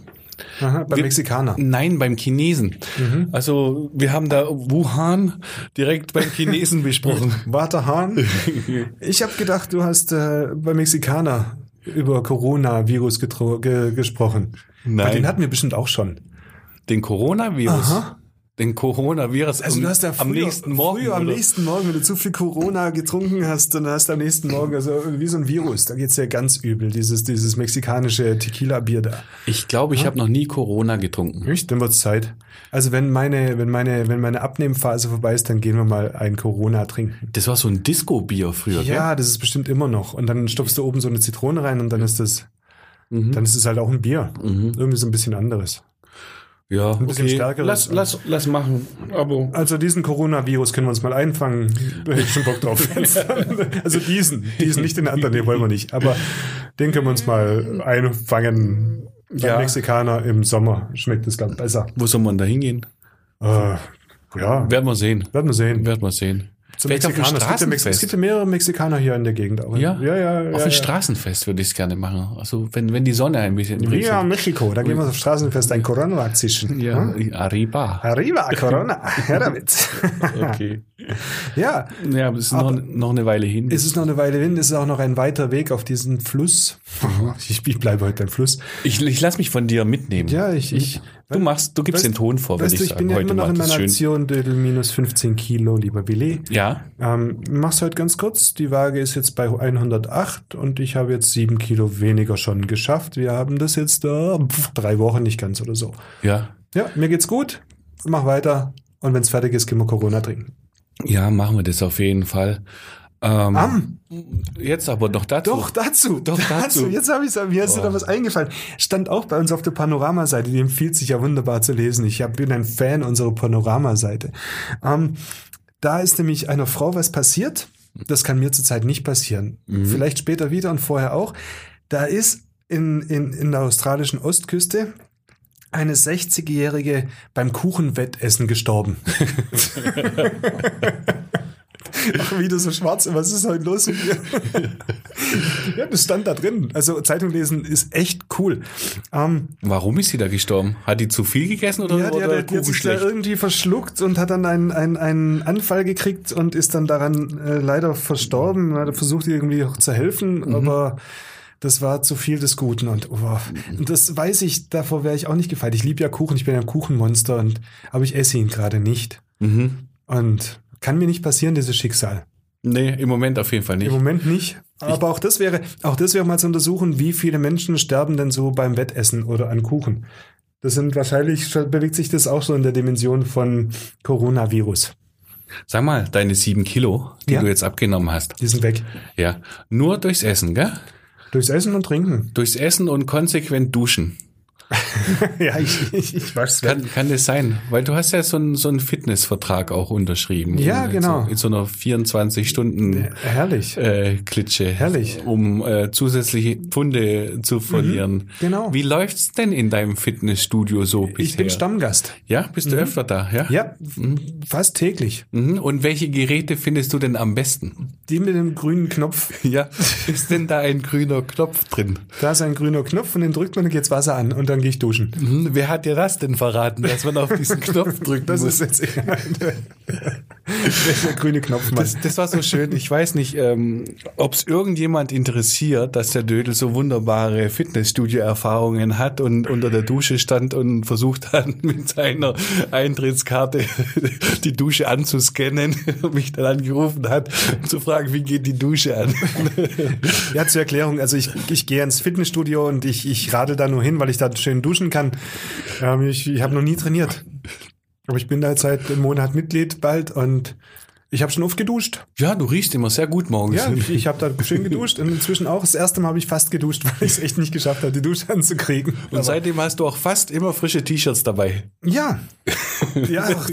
[SPEAKER 3] Aha, beim
[SPEAKER 2] Wir-
[SPEAKER 3] Mexikaner.
[SPEAKER 2] Nein, beim Chinesen.
[SPEAKER 3] Mhm.
[SPEAKER 2] Also wir haben da Wuhan direkt
[SPEAKER 3] *laughs*
[SPEAKER 2] beim Chinesen besprochen.
[SPEAKER 3] Warte, *laughs* Hahn. Ich habe gedacht, du hast äh, beim Mexikaner über Coronavirus getro- ge gesprochen.
[SPEAKER 2] Nein.
[SPEAKER 3] Weil den hatten wir bestimmt auch schon.
[SPEAKER 2] Den Coronavirus. Den Coronavirus.
[SPEAKER 3] Also
[SPEAKER 2] am-
[SPEAKER 3] du hast ja früher,
[SPEAKER 2] am nächsten Morgen.
[SPEAKER 3] früher am
[SPEAKER 2] oder?
[SPEAKER 3] nächsten Morgen, wenn du zu viel Corona getrunken hast, dann hast du am nächsten Morgen also wie so ein Virus. Da geht's ja ganz übel. Dieses dieses mexikanische Tequila-Bier da.
[SPEAKER 2] Ich glaube, ich habe noch nie Corona getrunken.
[SPEAKER 3] Nicht? Dann wird's Zeit. Also wenn meine wenn meine wenn meine Abnehmphase vorbei ist, dann gehen wir mal ein Corona trinken.
[SPEAKER 2] Das war so ein Disco-Bier früher, gell?
[SPEAKER 3] Ja, das ist bestimmt immer noch. Und dann stopfst du oben so eine Zitrone rein und dann ist das
[SPEAKER 2] Mhm.
[SPEAKER 3] dann ist es halt auch ein Bier. Irgendwie so ein bisschen anderes.
[SPEAKER 2] Ja, ein
[SPEAKER 3] bisschen stärkeres.
[SPEAKER 2] lass machen. Abo.
[SPEAKER 3] Also diesen Coronavirus können wir uns mal
[SPEAKER 2] *laughs*
[SPEAKER 3] einfangen. Da hätte ich schon Bock drauf. also diesen, diesen, nicht den anderen, den wollen wir nicht. Aber den können wir uns mal einfangen. Beim
[SPEAKER 2] Ja.
[SPEAKER 3] Mexikaner im Sommer schmeckt es dann besser.
[SPEAKER 2] Wo soll man da hingehen?
[SPEAKER 3] Äh, ja, werden
[SPEAKER 2] Werden wir sehen.
[SPEAKER 3] wir sehen.
[SPEAKER 2] Werden wir sehen.
[SPEAKER 3] Zum
[SPEAKER 2] Vielleicht auf dem
[SPEAKER 3] Mexikaner. Es gibt, ja Mex es
[SPEAKER 2] Straßenfest.
[SPEAKER 3] gibt ja mehrere Mexikaner hier in der Gegend. Auch.
[SPEAKER 2] Ja,
[SPEAKER 3] ja, ja. ja,
[SPEAKER 2] Auf ein
[SPEAKER 3] ja.
[SPEAKER 2] Straßenfest würde ich es gerne machen. Also wenn, wenn die Sonne ein bisschen im Weg
[SPEAKER 3] Via
[SPEAKER 2] ist.
[SPEAKER 3] Mexiko, da gehen wir auf Straßenfest ein Corona zischen.
[SPEAKER 2] Ja,
[SPEAKER 3] Hm?
[SPEAKER 2] Arriba. *laughs*
[SPEAKER 3] Arriba, Corona. Her damit.
[SPEAKER 2] Okay.
[SPEAKER 3] ja,
[SPEAKER 2] Ja, aber es ist noch, ne-,
[SPEAKER 3] Aber-
[SPEAKER 2] noch eine Weile hin.
[SPEAKER 3] Es ist noch eine Weile hin, es ist auch noch ein weiter Weg auf diesen Fluss. *laughs* Ich, ich bleibe heute beim Fluss.
[SPEAKER 2] Ich, ich lass mich von dir mitnehmen. Mhm.
[SPEAKER 3] Ja, ich- ich-
[SPEAKER 2] du machst, du gibst
[SPEAKER 3] Weißt-
[SPEAKER 2] den Ton vor, würde
[SPEAKER 3] weißt
[SPEAKER 2] ich
[SPEAKER 3] du, ich
[SPEAKER 2] sagen.
[SPEAKER 3] bin ja
[SPEAKER 2] heute
[SPEAKER 3] immer noch
[SPEAKER 2] mal.
[SPEAKER 3] in
[SPEAKER 2] Das ist
[SPEAKER 3] meiner
[SPEAKER 2] schön.
[SPEAKER 3] Aktion Dödel minus 15 Kilo, lieber Billy.
[SPEAKER 2] Ja,
[SPEAKER 3] Ähm, mach's heute ganz kurz. Die Waage ist jetzt bei 108 und ich habe jetzt 7 Kilo weniger schon geschafft. Wir haben das jetzt äh, pf, drei Wochen nicht ganz oder so.
[SPEAKER 2] ja,
[SPEAKER 3] Ja, mir geht's gut. Mach weiter. Und wenn's fertig ist, gehen wir Corona trinken.
[SPEAKER 2] ja, machen wir das auf jeden Fall. Ähm,
[SPEAKER 3] Am,
[SPEAKER 2] Jetzt aber noch dazu.
[SPEAKER 3] doch, dazu.
[SPEAKER 2] Doch, dazu. Oh.
[SPEAKER 3] Jetzt habe ich Mir ist
[SPEAKER 2] Boah.
[SPEAKER 3] da was eingefallen. Stand auch bei uns auf der Panoramaseite. Die empfiehlt sich ja wunderbar zu lesen. Ich hab, bin ein Fan unserer Panoramaseite. Ähm, da ist nämlich einer Frau was passiert. Das kann mir zurzeit nicht passieren.
[SPEAKER 2] Mhm.
[SPEAKER 3] Vielleicht später wieder und vorher auch. Da ist in, in, in der australischen Ostküste eine 60-Jährige beim
[SPEAKER 2] *laughs*
[SPEAKER 3] Kuchenwettessen gestorben. *laughs* Ach, wie du so schwarz, was ist heute los mit dir? ja, das stand da drin. Also Zeitung lesen ist echt cool. Ähm,
[SPEAKER 2] Warum ist sie da gestorben? Hat die zu viel gegessen oder,
[SPEAKER 3] ja, die
[SPEAKER 2] oder
[SPEAKER 3] hat, halt die
[SPEAKER 2] Kuchen
[SPEAKER 3] hat sich da
[SPEAKER 2] schlecht?
[SPEAKER 3] irgendwie verschluckt und hat dann einen, einen, einen Anfall gekriegt und ist dann daran äh, leider verstorben. Man hat versucht, ihr irgendwie auch zu helfen,
[SPEAKER 2] Mhm.
[SPEAKER 3] aber das war zu viel des Guten. Und oh, das weiß ich, davor wäre ich auch nicht gefeit. Ich liebe ja Kuchen, ich bin ja ein Kuchenmonster, und, aber ich esse ihn gerade nicht.
[SPEAKER 2] Mhm.
[SPEAKER 3] Und kann mir nicht passieren, dieses Schicksal.
[SPEAKER 2] Nee, im Moment auf jeden Fall nicht.
[SPEAKER 3] Im Moment nicht. Aber auch das wäre, auch das wäre mal zu untersuchen, wie viele Menschen sterben denn so beim Wettessen oder an Kuchen. Das sind wahrscheinlich, schon- bewegt sich das auch so in der Dimension von Coronavirus.
[SPEAKER 2] Sag mal, deine sieben Kilo, die
[SPEAKER 3] Ja.
[SPEAKER 2] du jetzt abgenommen hast.
[SPEAKER 3] Die sind weg.
[SPEAKER 2] Ja. Nur durchs Essen, gell?
[SPEAKER 3] Durchs Essen und Trinken.
[SPEAKER 2] Durchs Essen und konsequent duschen.
[SPEAKER 3] *laughs* ja, ich, ich, ich weiß es
[SPEAKER 2] Kann, kann das sein? Weil du hast ja so einen, so einen Fitnessvertrag auch unterschrieben.
[SPEAKER 3] Ja,
[SPEAKER 2] in,
[SPEAKER 3] genau.
[SPEAKER 2] In so, in so einer 24-Stunden-
[SPEAKER 3] Herrlich.
[SPEAKER 2] äh, Klitsche.
[SPEAKER 3] Herrlich.
[SPEAKER 2] Um äh, zusätzliche Pfunde zu verlieren.
[SPEAKER 3] genau.
[SPEAKER 2] Wie läuft's denn in deinem Fitnessstudio so bisher?
[SPEAKER 3] Ich bin Stammgast.
[SPEAKER 2] Ja, bist du öfter da, Mhm. ja?
[SPEAKER 3] Ja, fast täglich.
[SPEAKER 2] Mhm. Und welche Geräte findest du denn am besten?
[SPEAKER 3] Die mit dem grünen Knopf.
[SPEAKER 2] *laughs* Ja. Ist denn da ein grüner Knopf drin?
[SPEAKER 3] Da ist ein grüner Knopf und den drückt man und geht's Wasser an und dann gehe ich duschen.
[SPEAKER 2] Mhm. Wer hat dir das denn verraten, dass man auf diesen *laughs* Knopf drücken
[SPEAKER 3] Das
[SPEAKER 2] muss?
[SPEAKER 3] ist jetzt eher *laughs* der, der grüne Knopf. Mann.
[SPEAKER 2] Das, das war so schön. Ich weiß nicht, ähm, ob es irgendjemand interessiert, dass der Dödel so wunderbare Fitnessstudio-Erfahrungen hat und unter der Dusche stand und versucht hat, *laughs* mit seiner Eintrittskarte *laughs* die Dusche anzuscannen und mich dann angerufen hat, um zu fragen, wie geht die Dusche an.
[SPEAKER 3] Ja, zur Erklärung, also ich, ich gehe ins Fitnessstudio und ich, ich radel da nur hin, weil ich da schön duschen kann. Ähm, ich ich habe noch nie trainiert. Aber ich bin da jetzt seit einem Monat Mitglied bald und ich habe schon oft geduscht.
[SPEAKER 2] Ja, du riechst immer sehr gut morgens.
[SPEAKER 3] Ja, ich, ich habe da schön geduscht und inzwischen auch. Das erste Mal habe ich fast geduscht, *laughs* weil ich es echt nicht geschafft habe, die Dusche anzukriegen.
[SPEAKER 2] Und seitdem hast du auch fast immer frische T-Shirts dabei.
[SPEAKER 3] Ja. Ja, auch,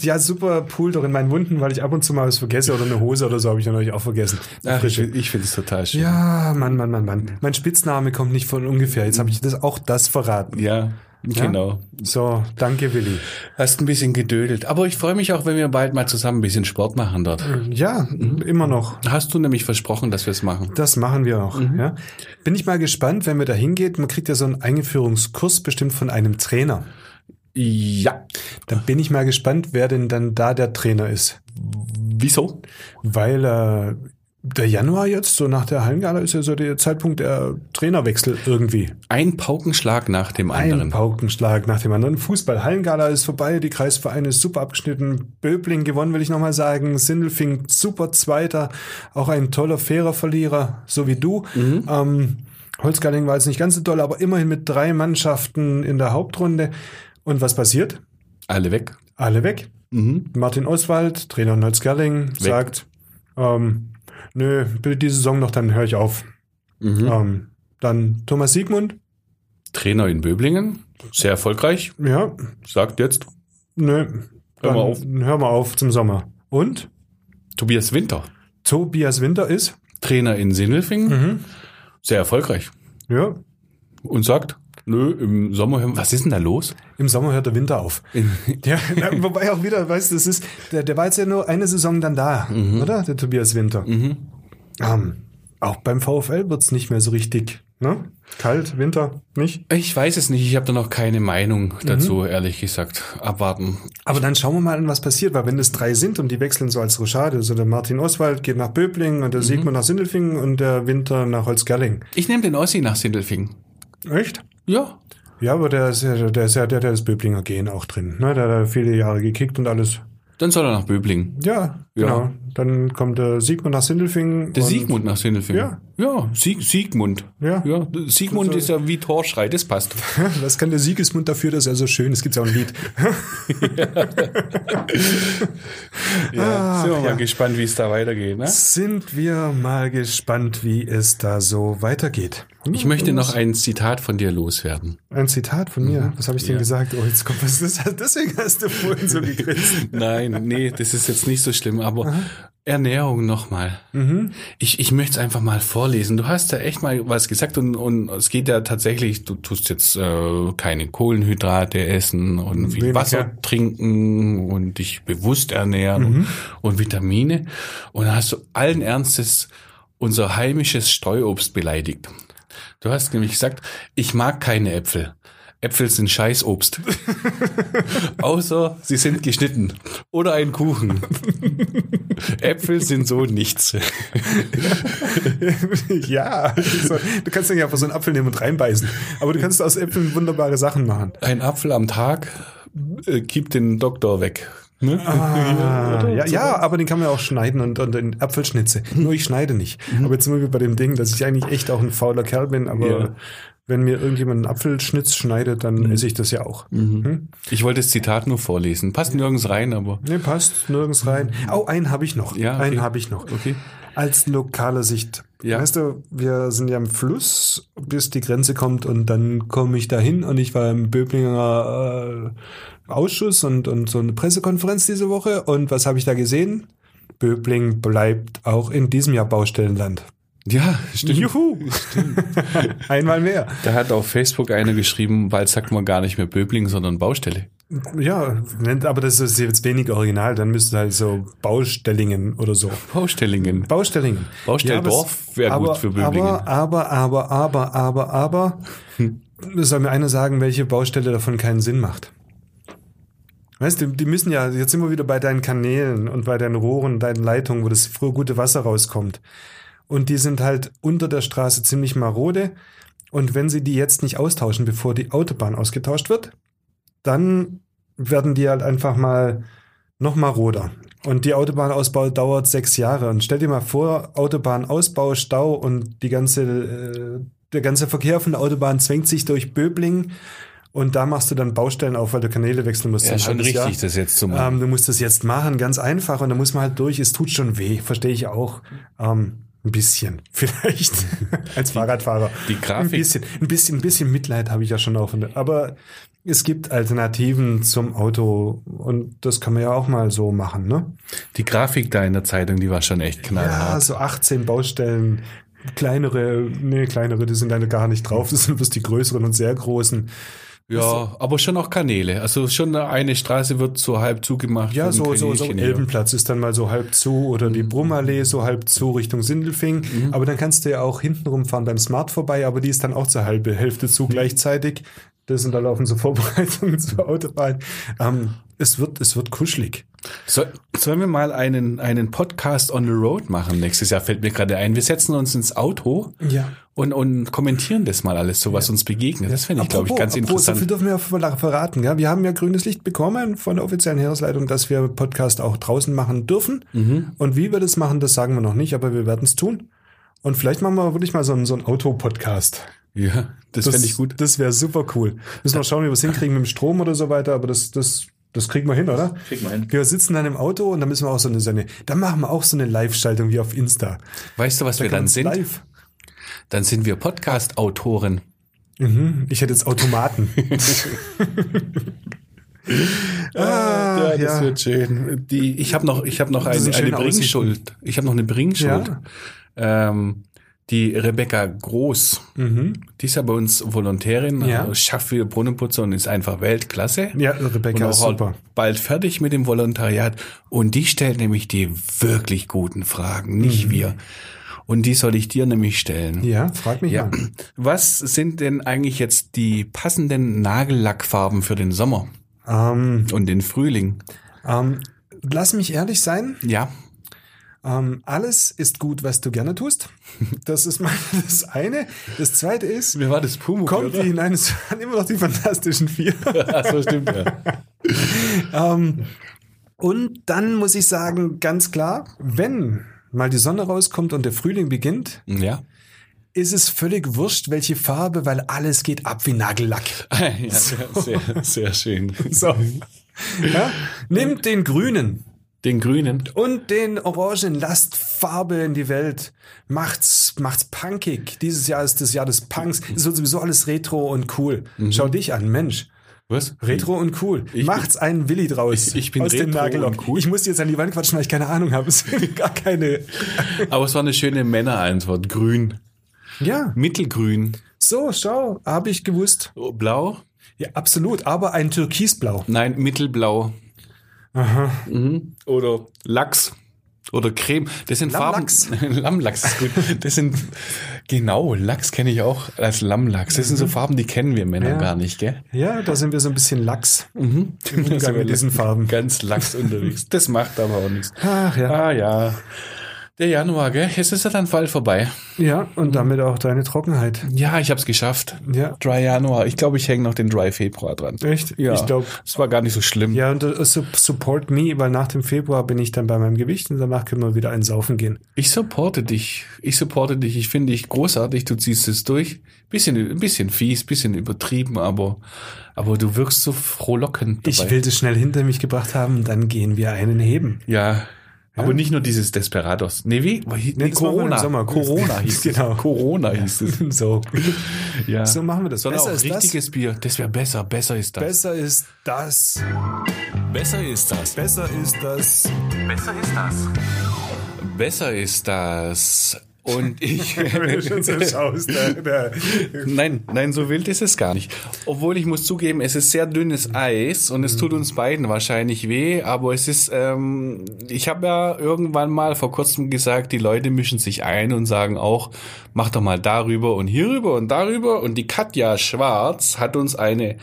[SPEAKER 3] ja, super Pool doch in meinen Wunden, weil ich ab und zu mal was vergesse oder eine Hose oder so habe ich dann euch auch vergessen. Eine
[SPEAKER 2] Ach, ich
[SPEAKER 3] frische.
[SPEAKER 2] ich finde es total schön.
[SPEAKER 3] Ja, Mann, Mann, Mann, Mann. Mein Spitzname kommt nicht von ungefähr. Jetzt habe ich das auch das verraten.
[SPEAKER 2] ja genau.
[SPEAKER 3] So, danke, Willi.
[SPEAKER 2] Hast ein bisschen gedödelt. Aber ich freue mich auch, wenn wir bald mal zusammen ein bisschen Sport machen dort.
[SPEAKER 3] Ja, immer noch.
[SPEAKER 2] Hast du nämlich versprochen, dass wir es machen.
[SPEAKER 3] Das machen wir auch. Ja. Bin ich mal gespannt, wenn wir da hingeht. Man kriegt ja so einen Eingeführungskurs bestimmt von einem Trainer.
[SPEAKER 2] Ja.
[SPEAKER 3] Dann bin ich mal gespannt, wer denn dann da der Trainer ist.
[SPEAKER 2] Wieso?
[SPEAKER 3] Weil äh, der Januar jetzt, so nach der Hallengala, ist ja so der Zeitpunkt der Trainerwechsel irgendwie.
[SPEAKER 2] Ein Paukenschlag nach dem
[SPEAKER 3] Ein
[SPEAKER 2] anderen.
[SPEAKER 3] Paukenschlag nach dem anderen. Fußball, Hallengala ist vorbei, die Kreisvereine ist super abgeschnitten. Böbling gewonnen, will ich nochmal sagen. Sindelfing super Zweiter, auch ein toller, fairer Verlierer, so wie du. Ähm, Holzgarling war jetzt nicht ganz so toll, aber immerhin mit drei Mannschaften in der Hauptrunde. Und was passiert?
[SPEAKER 2] Alle weg.
[SPEAKER 3] Alle weg. Martin Oswald, Trainer in Holzgerling, sagt, ähm, nö, bitte die Saison noch, dann höre ich auf.
[SPEAKER 2] Mhm. Hm.
[SPEAKER 3] Ähm, dann Thomas Siegmund,
[SPEAKER 2] Trainer in Böblingen. Sehr erfolgreich.
[SPEAKER 3] ja,
[SPEAKER 2] Sagt jetzt
[SPEAKER 3] nö, dann
[SPEAKER 2] mal auf.
[SPEAKER 3] hör mal auf zum Sommer. Und
[SPEAKER 2] Tobias Winter.
[SPEAKER 3] Tobias Winter ist,
[SPEAKER 2] Trainer in Sindelfingen.
[SPEAKER 3] Mhm.
[SPEAKER 2] Sehr erfolgreich.
[SPEAKER 3] ja,
[SPEAKER 2] Und sagt, nö, im Sommer, was ist denn da los?
[SPEAKER 3] im Sommer hört der Winter auf. *laughs* Ja, na, wobei auch wieder, weißt du, das ist, der, der war jetzt ja nur eine Saison dann da, oder? Der Tobias Winter. Ähm, auch beim VfL wird's nicht mehr so richtig, ne? Kalt, Winter, nicht?
[SPEAKER 2] Ich weiß es nicht. Ich habe da noch keine Meinung
[SPEAKER 3] Mhm.
[SPEAKER 2] dazu, ehrlich gesagt. Abwarten.
[SPEAKER 3] Aber dann schauen wir mal an, was passiert, weil wenn es drei sind und die wechseln so als Rochade, also der Martin Oswald geht nach Böblingen und der Siegmund nach Sindelfingen und der Winter nach Holzgerling.
[SPEAKER 2] Ich nehme den Ossi nach Sindelfingen.
[SPEAKER 3] Echt?
[SPEAKER 2] Ja.
[SPEAKER 3] Ja, aber der ist ja, der ist ja, der, der das Böblinger Gehen auch drin, ne? Der hat ja viele Jahre gekickt und alles.
[SPEAKER 2] Dann soll er nach Böblingen.
[SPEAKER 3] Ja,
[SPEAKER 2] Ja.
[SPEAKER 3] genau. Dann kommt der Siegmund nach Sindelfingen.
[SPEAKER 2] Der
[SPEAKER 3] und- *laughs*
[SPEAKER 2] Siegmund nach Sindelfingen. Ja. Ja, Sieg, Siegmund.
[SPEAKER 3] Ja.
[SPEAKER 2] ja. Siegmund ist ja wie Torschrei, das passt.
[SPEAKER 3] Was kann der Siegesmund dafür, dass er so schön ist? Gibt's ja auch ein Lied.
[SPEAKER 2] Ah, Ja. Sind wir mal gespannt, wie es da weitergeht. Ne?
[SPEAKER 3] Sind wir mal gespannt, wie es da so weitergeht. Hm,
[SPEAKER 2] Ich möchte noch ein Zitat von dir loswerden.
[SPEAKER 3] Ein Zitat von mir. Was habe ich denn gesagt? Oh, jetzt kommt was. Das, deswegen hast du vorhin so gegrinst.
[SPEAKER 2] Nein, nee, das ist jetzt nicht so schlimm, aber Ernährung nochmal. Ich, ich möchte es einfach mal vorlesen. Du hast da echt mal was gesagt und, und es geht ja tatsächlich, du tust jetzt äh, keine Kohlenhydrate essen und viel
[SPEAKER 3] Wenig,
[SPEAKER 2] Wasser
[SPEAKER 3] ja.
[SPEAKER 2] trinken und dich bewusst ernähren und, und Vitamine. Und dann hast du allen Ernstes unser heimisches Streuobst beleidigt. Du hast nämlich gesagt, ich mag keine Äpfel. Äpfel sind Scheißobst. Außer sie sind geschnitten. Oder ein Kuchen.
[SPEAKER 3] *laughs*
[SPEAKER 2] Äpfel sind so nichts.
[SPEAKER 3] ja, so, du kannst nicht einfach so einen Apfel nehmen und reinbeißen. Aber du kannst aus Äpfeln wunderbare Sachen machen.
[SPEAKER 2] Ein Apfel am Tag äh, gibt den Doktor weg. Ne?
[SPEAKER 3] Ah, ja, ja, aber den kann man ja auch schneiden und, und in
[SPEAKER 2] Hm.
[SPEAKER 3] Apfelschnitze. Nur ich schneide nicht. Aber jetzt sind wir bei dem Ding, dass ich eigentlich echt auch ein fauler Kerl bin, aber
[SPEAKER 2] Ja.
[SPEAKER 3] wenn mir irgendjemand einen Apfelschnitz schneidet, dann esse ich das ja auch.
[SPEAKER 2] Mhm.
[SPEAKER 3] Hm?
[SPEAKER 2] Ich wollte das Zitat nur vorlesen. Passt nirgends rein, aber.
[SPEAKER 3] Nee, passt nirgends rein. Oh, einen habe ich noch.
[SPEAKER 2] Hm. Ja, okay.
[SPEAKER 3] Einen habe ich noch.
[SPEAKER 2] Okay.
[SPEAKER 3] Als lokale Sicht.
[SPEAKER 2] Ja.
[SPEAKER 3] Weißt du, wir sind ja am Fluss, bis die Grenze kommt und dann komme ich da hin und ich war im Böblinger äh, Ausschuss und, und so eine Pressekonferenz diese Woche und was habe ich da gesehen? Böbling bleibt auch in diesem Jahr Baustellenland.
[SPEAKER 2] Ja, stimmt.
[SPEAKER 3] Juhu! *laughs* Einmal mehr.
[SPEAKER 2] Da hat auf Facebook einer geschrieben, bald sagt man gar nicht mehr Böbling, sondern Baustelle.
[SPEAKER 3] Ja, nennt- aber das ist jetzt wenig original, dann müsste halt so Baustellingen oder so.
[SPEAKER 2] Baustellingen.
[SPEAKER 3] Baustellen.
[SPEAKER 2] Baustelldorf wär gut
[SPEAKER 3] aber-
[SPEAKER 2] für Böblingen. Hm.
[SPEAKER 3] Aber, aber, aber, aber, aber, aber, soll mir einer sagen, welche Baustelle davon keinen Sinn macht. Weißt du, die müssen ja, jetzt sind wir wieder bei deinen Kanälen und bei deinen Rohren, deinen Leitungen, wo das frühe gute Wasser rauskommt. Und die sind halt unter der Straße ziemlich marode. Und wenn sie die jetzt nicht austauschen, bevor die Autobahn ausgetauscht wird, dann werden die halt einfach mal noch maroder. Und die Autobahnausbau dauert sechs Jahre. Und stell dir mal vor, Autobahnausbau, Stau und die ganze, äh, der ganze Verkehr von der Autobahn zwängt sich durch Böblingen. Und da machst du dann Baustellen auf, weil du Kanäle wechseln musst.
[SPEAKER 2] Ja,
[SPEAKER 3] Ein
[SPEAKER 2] schon
[SPEAKER 3] halbes
[SPEAKER 2] richtig,
[SPEAKER 3] Jahr.
[SPEAKER 2] das jetzt zu machen.
[SPEAKER 3] Ähm, du musst das jetzt machen, ganz einfach. Und da muss man halt durch. Es tut schon weh, verstehe ich auch. Ähm, ein bisschen, *laughs* vielleicht. Als Fahrradfahrer.
[SPEAKER 2] die Grafik-
[SPEAKER 3] Ah, Ein bisschen, ein bisschen, ein bisschen Mitleid habe ich ja schon auch. von der- Aber es gibt Alternativen zum Auto. Und das kann man ja auch mal so machen, ne?
[SPEAKER 2] Die Grafik da in der Zeitung, die war schon echt
[SPEAKER 3] Ja,
[SPEAKER 2] knallhart.
[SPEAKER 3] so 18 Baustellen. Kleinere, nee, kleinere, die sind leider gar nicht drauf. Das sind bloß die größeren und sehr großen.
[SPEAKER 2] Ja,
[SPEAKER 3] also-
[SPEAKER 2] aber schon auch Kanäle. Also schon eine Straße wird so halb zugemacht.
[SPEAKER 3] Ja,
[SPEAKER 2] von
[SPEAKER 3] so, so, so
[SPEAKER 2] Kanälchen her. Mhm.
[SPEAKER 3] Elbenplatz ist dann mal so halb zu oder die Brummallee so halb zu Richtung Sindelfing. Aber dann kannst du ja auch hintenrum fahren beim Smart vorbei, aber die ist dann auch zur halbe Hälfte
[SPEAKER 2] Mhm.
[SPEAKER 3] zu gleichzeitig. Das sind da laufen so *laughs* Vorbereitungen zur Autobahn. Ähm, es, wird, es wird kuschelig.
[SPEAKER 2] So, sollen wir mal einen, einen Podcast on the road machen nächstes Jahr, fällt mir gerade ein. Wir setzen uns ins Auto
[SPEAKER 3] Ja.
[SPEAKER 2] und, und kommentieren das mal alles, so was uns begegnet. Das finde ich, glaube ich,
[SPEAKER 3] Apropos,
[SPEAKER 2] ganz
[SPEAKER 3] apropos, So viel
[SPEAKER 2] interessant.
[SPEAKER 3] dürfen wir ver- verraten. Ja? Wir haben ja grünes Licht bekommen von der offiziellen Heeresleitung, dass wir Podcast auch draußen machen dürfen.
[SPEAKER 2] Mhm.
[SPEAKER 3] Und wie wir das machen, das sagen wir noch nicht, aber wir werden es tun. Und vielleicht machen wir wirklich mal so einen, so einen Autopodcast.
[SPEAKER 2] Ja, das, fände ich gut.
[SPEAKER 3] Das wäre super cool. Müssen wir schauen, wie wir es hinkriegen mit dem Strom oder so weiter, aber das, das, das kriegen wir hin, oder?
[SPEAKER 4] Kriegt man hin.
[SPEAKER 3] Wir sitzen dann im Auto und dann müssen wir auch so eine, so eine dann machen wir auch so eine Live-Schaltung wie auf Insta.
[SPEAKER 2] Weißt du, was wir dann
[SPEAKER 3] Ganz
[SPEAKER 2] sind?
[SPEAKER 3] Live.
[SPEAKER 2] Dann sind wir Podcast-Autoren.
[SPEAKER 3] Mhm. Ich hätte jetzt Automaten.
[SPEAKER 2] *laughs*
[SPEAKER 3] ah, ja,
[SPEAKER 2] schön. Die, ich habe noch, ich hab noch
[SPEAKER 3] Das
[SPEAKER 2] eine,
[SPEAKER 3] sind
[SPEAKER 2] eine
[SPEAKER 3] schöne Aussichten.
[SPEAKER 2] Bringschuld. Ich habe noch eine Bringschuld.
[SPEAKER 3] Ja.
[SPEAKER 2] Ähm, die Rebecca Groß,
[SPEAKER 3] Mhm.
[SPEAKER 2] die ist ja bei uns Volontärin,
[SPEAKER 3] Ja.
[SPEAKER 2] also schafft für Brunnenputzer und ist einfach Weltklasse.
[SPEAKER 3] ja, Rebecca ist
[SPEAKER 2] und auch
[SPEAKER 3] super.
[SPEAKER 2] bald fertig mit dem Volontariat. Und die stellt nämlich die wirklich guten Fragen, nicht
[SPEAKER 3] Mhm.
[SPEAKER 2] wir. Und die soll ich dir nämlich stellen.
[SPEAKER 3] Ja, frag mich
[SPEAKER 2] Ja.
[SPEAKER 3] mal.
[SPEAKER 2] Was sind denn eigentlich jetzt die passenden Nagellackfarben für den Sommer
[SPEAKER 3] Ähm,
[SPEAKER 2] und den Frühling?
[SPEAKER 3] ähm, lass mich ehrlich sein.
[SPEAKER 2] Ja.
[SPEAKER 3] Ähm, alles ist gut, was du gerne tust. Das ist mal *laughs* das eine. Das zweite ist,
[SPEAKER 2] Mir war das Pumu. *laughs*
[SPEAKER 3] kommt die hinein, es waren immer noch die fantastischen vier.
[SPEAKER 2] Achso, stimmt, ja.
[SPEAKER 3] Ähm, und dann muss ich sagen, ganz klar, wenn mal die Sonne rauskommt und der Frühling beginnt, *laughs*
[SPEAKER 2] Ja.
[SPEAKER 3] ist es völlig wurscht, welche Farbe, weil alles geht ab wie Nagellack. *laughs*
[SPEAKER 2] ja sehr, sehr, sehr schön.
[SPEAKER 3] So. Ja? Nehmt den grünen
[SPEAKER 2] Den grünen.
[SPEAKER 3] und den orangen, lasst Farbe in die Welt. Macht's, macht's punkig. Dieses Jahr ist das Jahr des Punks. Es wird sowieso alles retro und cool.
[SPEAKER 2] Mhm.
[SPEAKER 3] Schau dich an, Mensch.
[SPEAKER 2] Was?
[SPEAKER 3] Retro und cool. Macht's einen Willi draus.
[SPEAKER 2] Ich- ich bin
[SPEAKER 3] aus dem
[SPEAKER 2] retro
[SPEAKER 3] Nagellack.
[SPEAKER 2] und cool.
[SPEAKER 3] Ich muss jetzt an die Wand quatschen, weil ich keine Ahnung habe. *laughs* Es sind gar keine.
[SPEAKER 2] Aber es war eine schöne Männerantwort. Grün.
[SPEAKER 3] Ja,
[SPEAKER 2] Mittelgrün.
[SPEAKER 3] so, schau, habe ich gewusst.
[SPEAKER 2] Oh, Blau?
[SPEAKER 3] Ja, absolut, aber ein Türkisblau.
[SPEAKER 2] Nein, Mittelblau. Mhm. Oder Lachs. Oder Creme. Das sind
[SPEAKER 3] Lammlachs.
[SPEAKER 2] Farben. *laughs* Lammlachs ist gut. Das sind, genau, Lachs kenne ich auch als Lammlachs. Das sind so Farben, die kennen wir Männer
[SPEAKER 3] Mhm. Ja.
[SPEAKER 2] gar nicht, gell?
[SPEAKER 3] Ja, da sind wir so ein bisschen lax
[SPEAKER 2] Mhm.
[SPEAKER 3] im Umgang mit diesen Farben.
[SPEAKER 2] Ganz Lachs unterwegs. Das macht aber auch nichts.
[SPEAKER 3] Ach ja.
[SPEAKER 2] Ah ja. Der Januar, gell? Jetzt ist er dann bald vorbei.
[SPEAKER 3] Ja, und damit auch deine Trockenheit.
[SPEAKER 2] Ja, ich hab's geschafft.
[SPEAKER 3] Ja.
[SPEAKER 2] Dry Januar. Ich glaube, ich hänge noch den Dry Februar dran.
[SPEAKER 3] Echt?
[SPEAKER 2] Ja.
[SPEAKER 3] Ich glaube.
[SPEAKER 2] Es war gar nicht so schlimm.
[SPEAKER 3] Ja, und äh, su- support me, weil nach dem Februar bin ich dann bei meinem Gewicht und danach können wir wieder einen saufen gehen.
[SPEAKER 2] Ich supporte dich. Ich supporte dich. Ich finde dich großartig. Du ziehst es durch. Bisschen, ein bisschen fies, bisschen übertrieben, aber, aber du wirkst so frohlockend dabei.
[SPEAKER 3] Ich will das schnell hinter mich gebracht haben, dann gehen wir einen heben.
[SPEAKER 2] Ja. Aber
[SPEAKER 3] Ja.
[SPEAKER 2] nicht nur dieses Desperados. Nee, wie? Nee,
[SPEAKER 3] Nee, das machen wir im
[SPEAKER 2] Corona.
[SPEAKER 3] Sommer.
[SPEAKER 2] Corona
[SPEAKER 3] *laughs*
[SPEAKER 2] hieß
[SPEAKER 3] Genau.
[SPEAKER 2] es. Corona hieß
[SPEAKER 3] *laughs*
[SPEAKER 2] es. *laughs*
[SPEAKER 3] so.
[SPEAKER 2] Ja.
[SPEAKER 3] So machen wir das.
[SPEAKER 2] Sondern
[SPEAKER 3] Besser
[SPEAKER 2] auch
[SPEAKER 3] ist das.
[SPEAKER 2] richtiges Bier. Das wäre besser. Besser ist das.
[SPEAKER 3] Besser ist das.
[SPEAKER 2] Besser ist das.
[SPEAKER 3] Besser ist das.
[SPEAKER 2] Besser ist das. *laughs* Und ich.
[SPEAKER 3] Wenn du schon so
[SPEAKER 2] *laughs*
[SPEAKER 3] schaust, da, da.
[SPEAKER 2] Nein, nein, so wild ist es gar nicht. Obwohl ich muss zugeben, es ist sehr dünnes Eis und es tut uns beiden wahrscheinlich weh, aber es ist, ähm, ich habe ja irgendwann mal vor kurzem gesagt, die Leute mischen sich ein und sagen auch, mach doch mal darüber und hierüber und darüber und die Katja Schwarz hat uns eine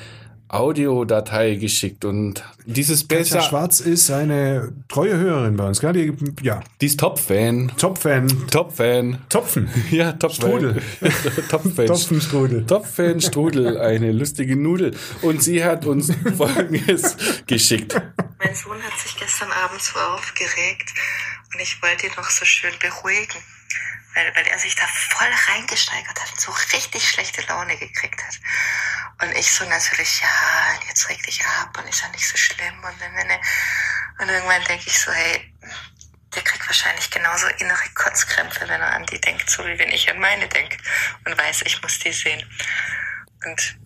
[SPEAKER 2] Audiodatei geschickt und dieses
[SPEAKER 3] Katja
[SPEAKER 2] besser,
[SPEAKER 3] Schwarz ist eine treue Hörerin bei uns. gell? Die, ja,
[SPEAKER 2] dies Top-Fan,
[SPEAKER 3] Top-Fan.
[SPEAKER 2] Top-Fan,
[SPEAKER 3] Topfen.
[SPEAKER 2] ja, Top-Fan, *laughs*
[SPEAKER 3] Strudel.
[SPEAKER 2] Top-Fan,
[SPEAKER 3] Topfenstrudel.
[SPEAKER 2] Topfen Strudel, eine lustige Nudel. Und sie hat
[SPEAKER 3] *laughs*
[SPEAKER 2] uns Folgendes geschickt.
[SPEAKER 5] Mein Sohn hat sich gestern Abend so aufgeregt und ich wollte ihn noch so schön beruhigen, weil, weil er sich da voll reingesteigert hat und so richtig schlechte Laune gekriegt hat. Und ich so natürlich, ja, und jetzt reg dich ab und ist ja nicht so schlimm und ne, ne, ne. Und irgendwann denke ich so, hey, der kriegt wahrscheinlich genauso innere Kotzkrämpfe, wenn er an die denkt, so wie wenn ich an meine denke und weiß, ich muss die sehen. Und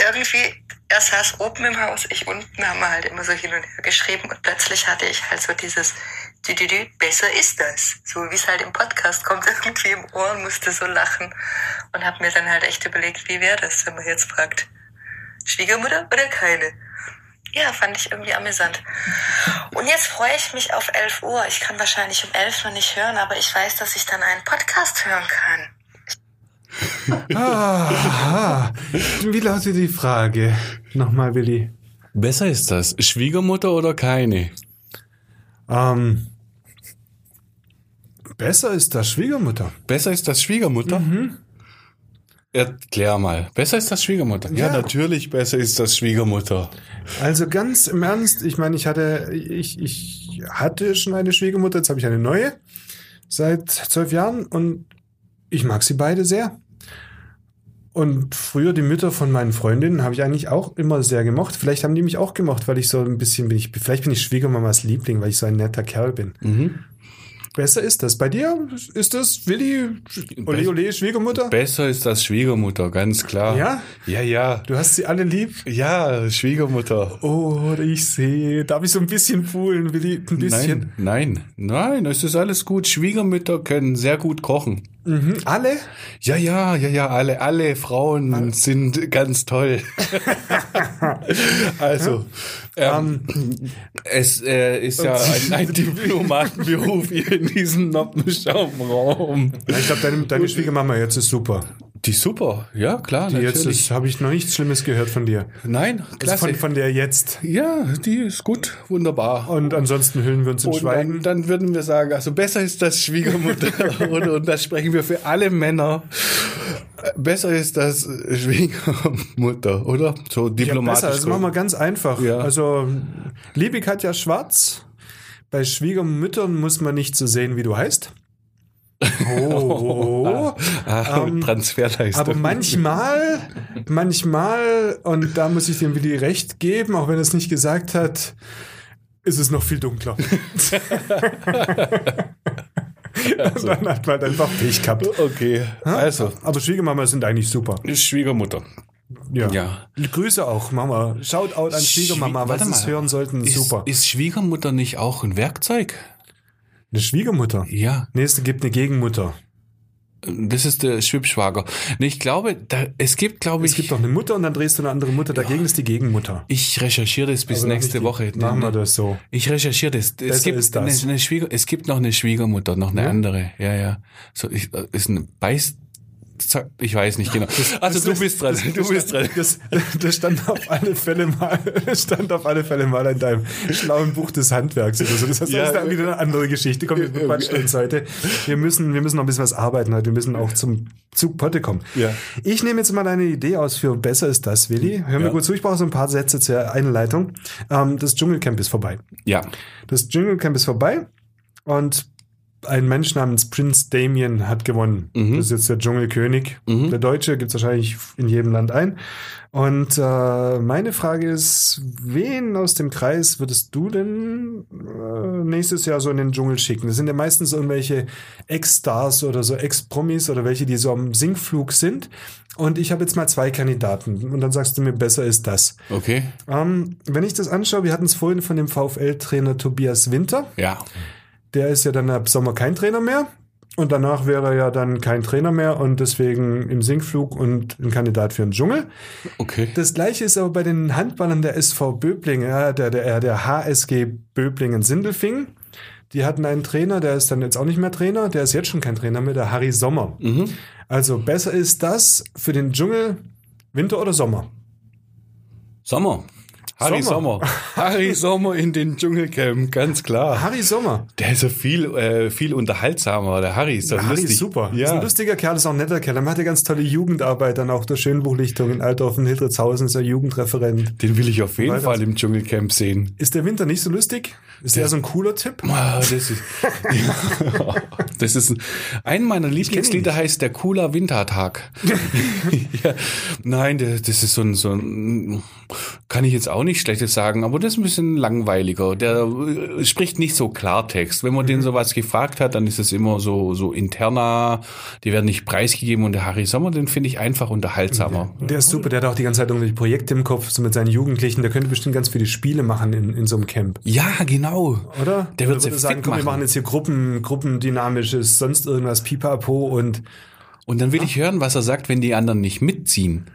[SPEAKER 5] irgendwie, er saß oben im Haus, ich unten, haben wir halt immer so hin und her geschrieben und plötzlich hatte ich halt so dieses Düdüdü, besser ist das. So wie es halt im Podcast kommt, *laughs* irgendwie im Ohr und musste so lachen und habe mir dann halt echt überlegt, wie wäre das, wenn man jetzt fragt, Schwiegermutter oder keine? Ja, fand ich irgendwie amüsant. Und jetzt freue ich mich auf 11 Uhr. Ich kann wahrscheinlich um 11 noch nicht hören, aber ich weiß, dass ich dann einen Podcast hören kann.
[SPEAKER 3] *laughs* Aha. Wie lautet die Frage? Nochmal, Willi.
[SPEAKER 2] Besser ist das, Schwiegermutter oder keine?
[SPEAKER 3] Ähm, besser ist das Schwiegermutter.
[SPEAKER 2] Besser ist das Schwiegermutter?
[SPEAKER 3] Mhm.
[SPEAKER 2] Erklär mal. Besser ist das Schwiegermutter? Ja,
[SPEAKER 3] Ja.
[SPEAKER 2] natürlich, besser ist das Schwiegermutter.
[SPEAKER 3] Also ganz im Ernst, ich meine, ich hatte, ich, ich hatte schon eine Schwiegermutter, jetzt habe ich eine neue seit zwölf Jahren und ich mag sie beide sehr. Und früher die Mütter von meinen Freundinnen habe ich eigentlich auch immer sehr gemocht. Vielleicht haben die mich auch gemocht, weil ich so ein bisschen bin ich, vielleicht bin ich Schwiegermamas Liebling, weil ich so ein netter Kerl bin.
[SPEAKER 2] Mhm.
[SPEAKER 3] Besser ist das. Bei dir ist das Willi, Ole Ole, Schwiegermutter?
[SPEAKER 2] Besser ist das Schwiegermutter, ganz klar.
[SPEAKER 3] Ja?
[SPEAKER 2] Ja, ja.
[SPEAKER 3] Du hast sie alle lieb?
[SPEAKER 2] Ja, Schwiegermutter.
[SPEAKER 3] Oh, ich sehe. Darf ich so ein bisschen fühlen, Willi? Ein bisschen.
[SPEAKER 2] Nein, nein, nein, es ist alles gut. Schwiegermütter können sehr gut kochen.
[SPEAKER 3] Mhm. Alle?
[SPEAKER 2] Ja, ja, ja, ja, alle, alle Frauen sind ganz
[SPEAKER 3] *laughs*
[SPEAKER 2] toll. also, ähm, es äh, ist ja ein, ein Diplomatenberuf hier in diesem Noppenschaumraum.
[SPEAKER 3] Ja, ich glaube, deine, deine Schwiegermama jetzt ist super.
[SPEAKER 2] Die super, ja, klar,
[SPEAKER 3] Die jetzt
[SPEAKER 2] natürlich.
[SPEAKER 3] ist, habe ich noch nichts Schlimmes gehört von dir.
[SPEAKER 2] Nein,
[SPEAKER 3] Also
[SPEAKER 2] klasse.
[SPEAKER 3] Von, von der jetzt.
[SPEAKER 2] ja, die ist gut, wunderbar.
[SPEAKER 3] Und ansonsten hüllen wir uns in
[SPEAKER 2] Und dann,
[SPEAKER 3] Schweigen.
[SPEAKER 2] dann würden wir sagen, also besser ist das
[SPEAKER 3] *laughs*
[SPEAKER 2] Schwiegermutter und, und das sprechen wir für alle Männer. Besser ist das Schwiegermutter, oder? So
[SPEAKER 3] ja,
[SPEAKER 2] diplomatisch.
[SPEAKER 3] besser, das machen wir ganz einfach.
[SPEAKER 2] Ja.
[SPEAKER 3] Also, liebe Katja Schwarz, bei Schwiegermüttern muss man nicht so sehen, wie du heißt.
[SPEAKER 2] *laughs*
[SPEAKER 3] Oh,
[SPEAKER 2] Ah,
[SPEAKER 3] Ähm,
[SPEAKER 2] Transferleistung.
[SPEAKER 3] Aber manchmal, manchmal, und da muss ich dem Willi recht geben, auch wenn er es nicht gesagt hat, ist es noch
[SPEAKER 2] *laughs*
[SPEAKER 3] viel dunkler. Und *laughs* dann hat man halt einfach Pech gehabt.
[SPEAKER 2] also. Okay, also,
[SPEAKER 3] Ne? Aber Schwiegermama sind eigentlich super.
[SPEAKER 2] Schwiegermutter.
[SPEAKER 3] Ja.
[SPEAKER 2] Ja.
[SPEAKER 3] Grüße auch, Mama. Shoutout an Schwiegermama,
[SPEAKER 2] Schwie-
[SPEAKER 3] weil
[SPEAKER 2] warte
[SPEAKER 3] sie es
[SPEAKER 2] mal.
[SPEAKER 3] hören sollten.
[SPEAKER 2] Ist,
[SPEAKER 3] super.
[SPEAKER 2] Ist Schwiegermutter nicht auch ein Werkzeug?
[SPEAKER 3] eine Schwiegermutter.
[SPEAKER 2] Ja,
[SPEAKER 3] Nee, es gibt eine Gegenmutter.
[SPEAKER 2] das ist der Schwippschwager. Nee, ich glaube, da, es gibt, glaube
[SPEAKER 3] Es
[SPEAKER 2] ich,
[SPEAKER 3] gibt noch eine Mutter und dann drehst du eine andere Mutter. Dagegen ist die Gegenmutter.
[SPEAKER 2] ich recherchiere das bis
[SPEAKER 3] Aber
[SPEAKER 2] nächste
[SPEAKER 3] nicht-
[SPEAKER 2] Woche.
[SPEAKER 3] Machen wir das so.
[SPEAKER 2] Ich recherchiere das. Es
[SPEAKER 3] Besser
[SPEAKER 2] gibt,
[SPEAKER 3] ist das.
[SPEAKER 2] Eine, eine Schwieger, es gibt noch eine Schwiegermutter, noch eine
[SPEAKER 3] Ja?
[SPEAKER 2] andere. Ja, ja. So, ich, ist ein Beiß, Zack, Ich weiß nicht genau. Also du bist dran, *laughs* du bist dran.
[SPEAKER 3] Das, das stand auf alle Fälle mal, das stand auf alle Fälle mal in deinem schlauen Buch des Handwerks oder so. Das heißt,
[SPEAKER 2] Ja.
[SPEAKER 3] das ist dann wieder eine andere Geschichte. Komm, wir quatschen uns heute. Wir müssen, wir müssen noch ein bisschen was arbeiten heute. Wir müssen auch zum Zug Potte kommen.
[SPEAKER 2] Ja.
[SPEAKER 3] Ich nehme jetzt mal deine Idee aus für besser ist das, Willi. Hör mir
[SPEAKER 2] Ja.
[SPEAKER 3] gut zu. Ich brauche so ein paar Sätze zur Einleitung. Ähm, das Dschungelcamp ist vorbei.
[SPEAKER 2] Ja,
[SPEAKER 3] Das Dschungelcamp ist vorbei und ein Mensch namens Prinz Damien hat gewonnen.
[SPEAKER 2] Mhm.
[SPEAKER 3] Das ist jetzt der Dschungelkönig.
[SPEAKER 2] Mhm.
[SPEAKER 3] Der Deutsche gibt es wahrscheinlich in jedem Land ein. Und äh, meine Frage ist, wen aus dem Kreis würdest du denn äh, nächstes Jahr so in den Dschungel schicken? Das sind ja meistens irgendwelche Ex-Stars oder so Ex-Promis oder welche, die so am Sinkflug sind. Und ich habe jetzt mal zwei Kandidaten. Und dann sagst du mir, besser ist das.
[SPEAKER 2] okay.
[SPEAKER 3] Ähm, wenn ich das anschaue, wir hatten es vorhin von dem VfL-Trainer Tobias Winter.
[SPEAKER 2] Ja.
[SPEAKER 3] Der ist ja dann ab Sommer kein Trainer mehr. Und danach wäre er ja dann kein Trainer mehr und deswegen im Sinkflug und ein Kandidat für den Dschungel.
[SPEAKER 2] Okay.
[SPEAKER 3] Das gleiche ist aber bei den Handballern der SV Böblingen, äh, der, der, der HSG Böblingen-Sindelfingen. Die hatten einen Trainer, der ist dann jetzt auch nicht mehr Trainer, der ist jetzt schon kein Trainer mehr, der Harry Sommer.
[SPEAKER 2] Mhm.
[SPEAKER 3] Also besser ist das für den Dschungel Winter oder Sommer?
[SPEAKER 2] Sommer. Harry Sommer.
[SPEAKER 3] Sommer.
[SPEAKER 2] *laughs* Harry Sommer in den Dschungelcamp, ganz klar.
[SPEAKER 3] Harry Sommer.
[SPEAKER 2] Der ist ja viel, äh, viel unterhaltsamer, der Harry ist doch
[SPEAKER 3] Harry
[SPEAKER 2] lustig.
[SPEAKER 3] ist super. Ist
[SPEAKER 2] Ja.
[SPEAKER 3] ein lustiger Kerl, ist auch ein netter Kerl. Er macht ja ganz tolle Jugendarbeit dann auch durch Schönbuchlichtung in Altdorfen, Hildritzhausen ist er Jugendreferent.
[SPEAKER 2] Den will ich auf jeden
[SPEAKER 3] Weiter-
[SPEAKER 2] Fall im Dschungelcamp sehen.
[SPEAKER 3] Ist der Winter nicht so lustig? Ist der, so ein cooler Tipp?
[SPEAKER 2] Ah, Das ist, *laughs* ja, das ist ein, ein meiner Lieblingslieder heißt Der cooler *laughs* Wintertag. ja, nein, das, das ist so ein, so ein, kann ich jetzt auch nicht Schlechtes sagen, aber das ist ein bisschen langweiliger. Der äh, spricht nicht so Klartext. Wenn man den sowas gefragt hat, dann ist es immer so, so interner, die werden nicht preisgegeben und der Harry Sommer, den finde ich einfach unterhaltsamer.
[SPEAKER 3] Der ist super, der hat auch die ganze Zeit irgendwelche Projekte im Kopf, so mit seinen Jugendlichen. Der könnte bestimmt ganz viele Spiele machen in, in so einem Camp,
[SPEAKER 2] Ja, genau.
[SPEAKER 3] oder?
[SPEAKER 2] Der wird
[SPEAKER 3] Oder
[SPEAKER 2] sie
[SPEAKER 3] würde
[SPEAKER 2] fit
[SPEAKER 3] komm, wir
[SPEAKER 2] machen.
[SPEAKER 3] machen jetzt hier Gruppen, Gruppendynamisches, sonst irgendwas, Pipapo und
[SPEAKER 2] Und dann will ich hören, was er sagt, wenn die anderen nicht mitziehen.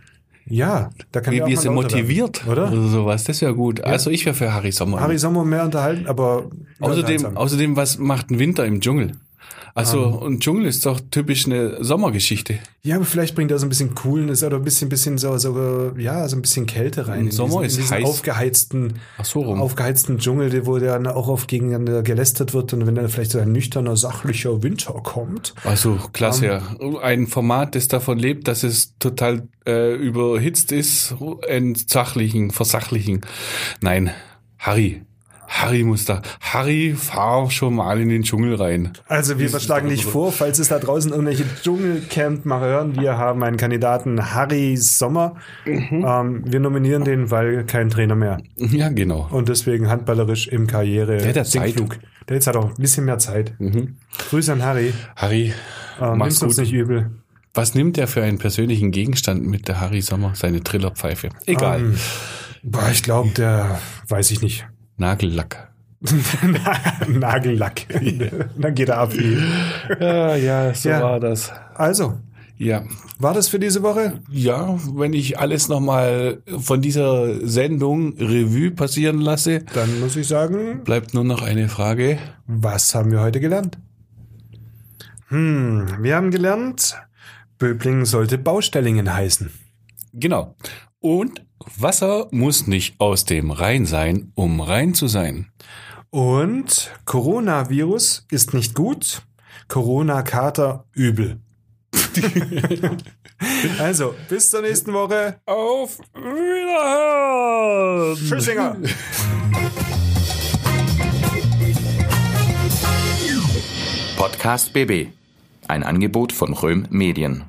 [SPEAKER 3] ja, da kann
[SPEAKER 2] Wie,
[SPEAKER 3] der auch
[SPEAKER 2] wie
[SPEAKER 3] mal
[SPEAKER 2] ist er
[SPEAKER 3] lauter werden,
[SPEAKER 2] motiviert
[SPEAKER 3] oder?
[SPEAKER 2] oder sowas. Das wäre gut. Also ich wäre für Harry Sommer.
[SPEAKER 3] Harry Sommer mehr unterhalten, aber mehr
[SPEAKER 2] außerdem,
[SPEAKER 3] unterhaltsam.
[SPEAKER 2] außerdem, was macht ein Winter im Dschungel? Also
[SPEAKER 3] Ah.
[SPEAKER 2] ein Dschungel ist doch typisch eine Sommergeschichte.
[SPEAKER 3] Ja, aber vielleicht bringt er so ein bisschen Coolness oder ein bisschen, bisschen so, so, ja, so ein bisschen Kälte rein.
[SPEAKER 2] Im
[SPEAKER 3] in
[SPEAKER 2] Sommer
[SPEAKER 3] diesen,
[SPEAKER 2] ist
[SPEAKER 3] in diesen
[SPEAKER 2] heiß.
[SPEAKER 3] aufgeheizten,
[SPEAKER 2] Ach so rum.
[SPEAKER 3] aufgeheizten Dschungel, wo der dann auch auf gegeneinander gelästert wird und wenn dann vielleicht so ein nüchterner, sachlicher Winter kommt.
[SPEAKER 2] Also klasse. ein Format, das davon lebt, dass es total äh, überhitzt ist, entsachlichen, versachlichen. Nein, Harry. Harry muss da. Harry, fahr schon mal in den Dschungel rein.
[SPEAKER 3] Also wir
[SPEAKER 2] Dieses
[SPEAKER 3] schlagen dich
[SPEAKER 2] Dschungel.
[SPEAKER 3] vor, falls es da draußen irgendwelche Dschungelcamp-Macher hören, wir haben einen Kandidaten Harry Sommer. Ähm, wir nominieren den, weil kein Trainer mehr.
[SPEAKER 2] Ja, genau.
[SPEAKER 3] Und deswegen handballerisch im Karriere.
[SPEAKER 2] Der hat ja Zeit.
[SPEAKER 3] Sinkflug. Der jetzt hat auch ein bisschen mehr Zeit. Grüße an Harry.
[SPEAKER 2] Harry,
[SPEAKER 3] Ähm,
[SPEAKER 2] mach's
[SPEAKER 3] nimm's uns
[SPEAKER 2] gut.
[SPEAKER 3] nicht übel.
[SPEAKER 2] Was nimmt er für einen persönlichen Gegenstand mit der Harry Sommer? Seine Trillerpfeife. Egal.
[SPEAKER 3] Ähm, boah, ich glaube, der weiß ich nicht. *laughs*
[SPEAKER 2] Nagellack.
[SPEAKER 3] Nagellack. Dann geht er ab.
[SPEAKER 2] Ja, ja, so
[SPEAKER 3] Ja. war
[SPEAKER 2] das.
[SPEAKER 3] Also,
[SPEAKER 2] Ja.
[SPEAKER 3] war das für diese Woche?
[SPEAKER 2] Ja, wenn ich alles nochmal von dieser Sendung Revue passieren lasse,
[SPEAKER 3] Dann muss ich sagen,
[SPEAKER 2] bleibt nur noch eine Frage.
[SPEAKER 3] was haben wir heute gelernt? Hm, wir haben gelernt, Böblingen sollte Baustellingen heißen.
[SPEAKER 2] Genau. Und Wasser muss nicht aus dem Rhein sein, um rein zu sein.
[SPEAKER 3] Und Coronavirus ist nicht gut, Corona-Kater
[SPEAKER 2] *laughs*
[SPEAKER 3] übel. also, bis zur nächsten Woche.
[SPEAKER 2] Auf Wiederhören!
[SPEAKER 3] Tschüssinger.
[SPEAKER 1] Podcast BB. Ein Angebot von Röhm Medien.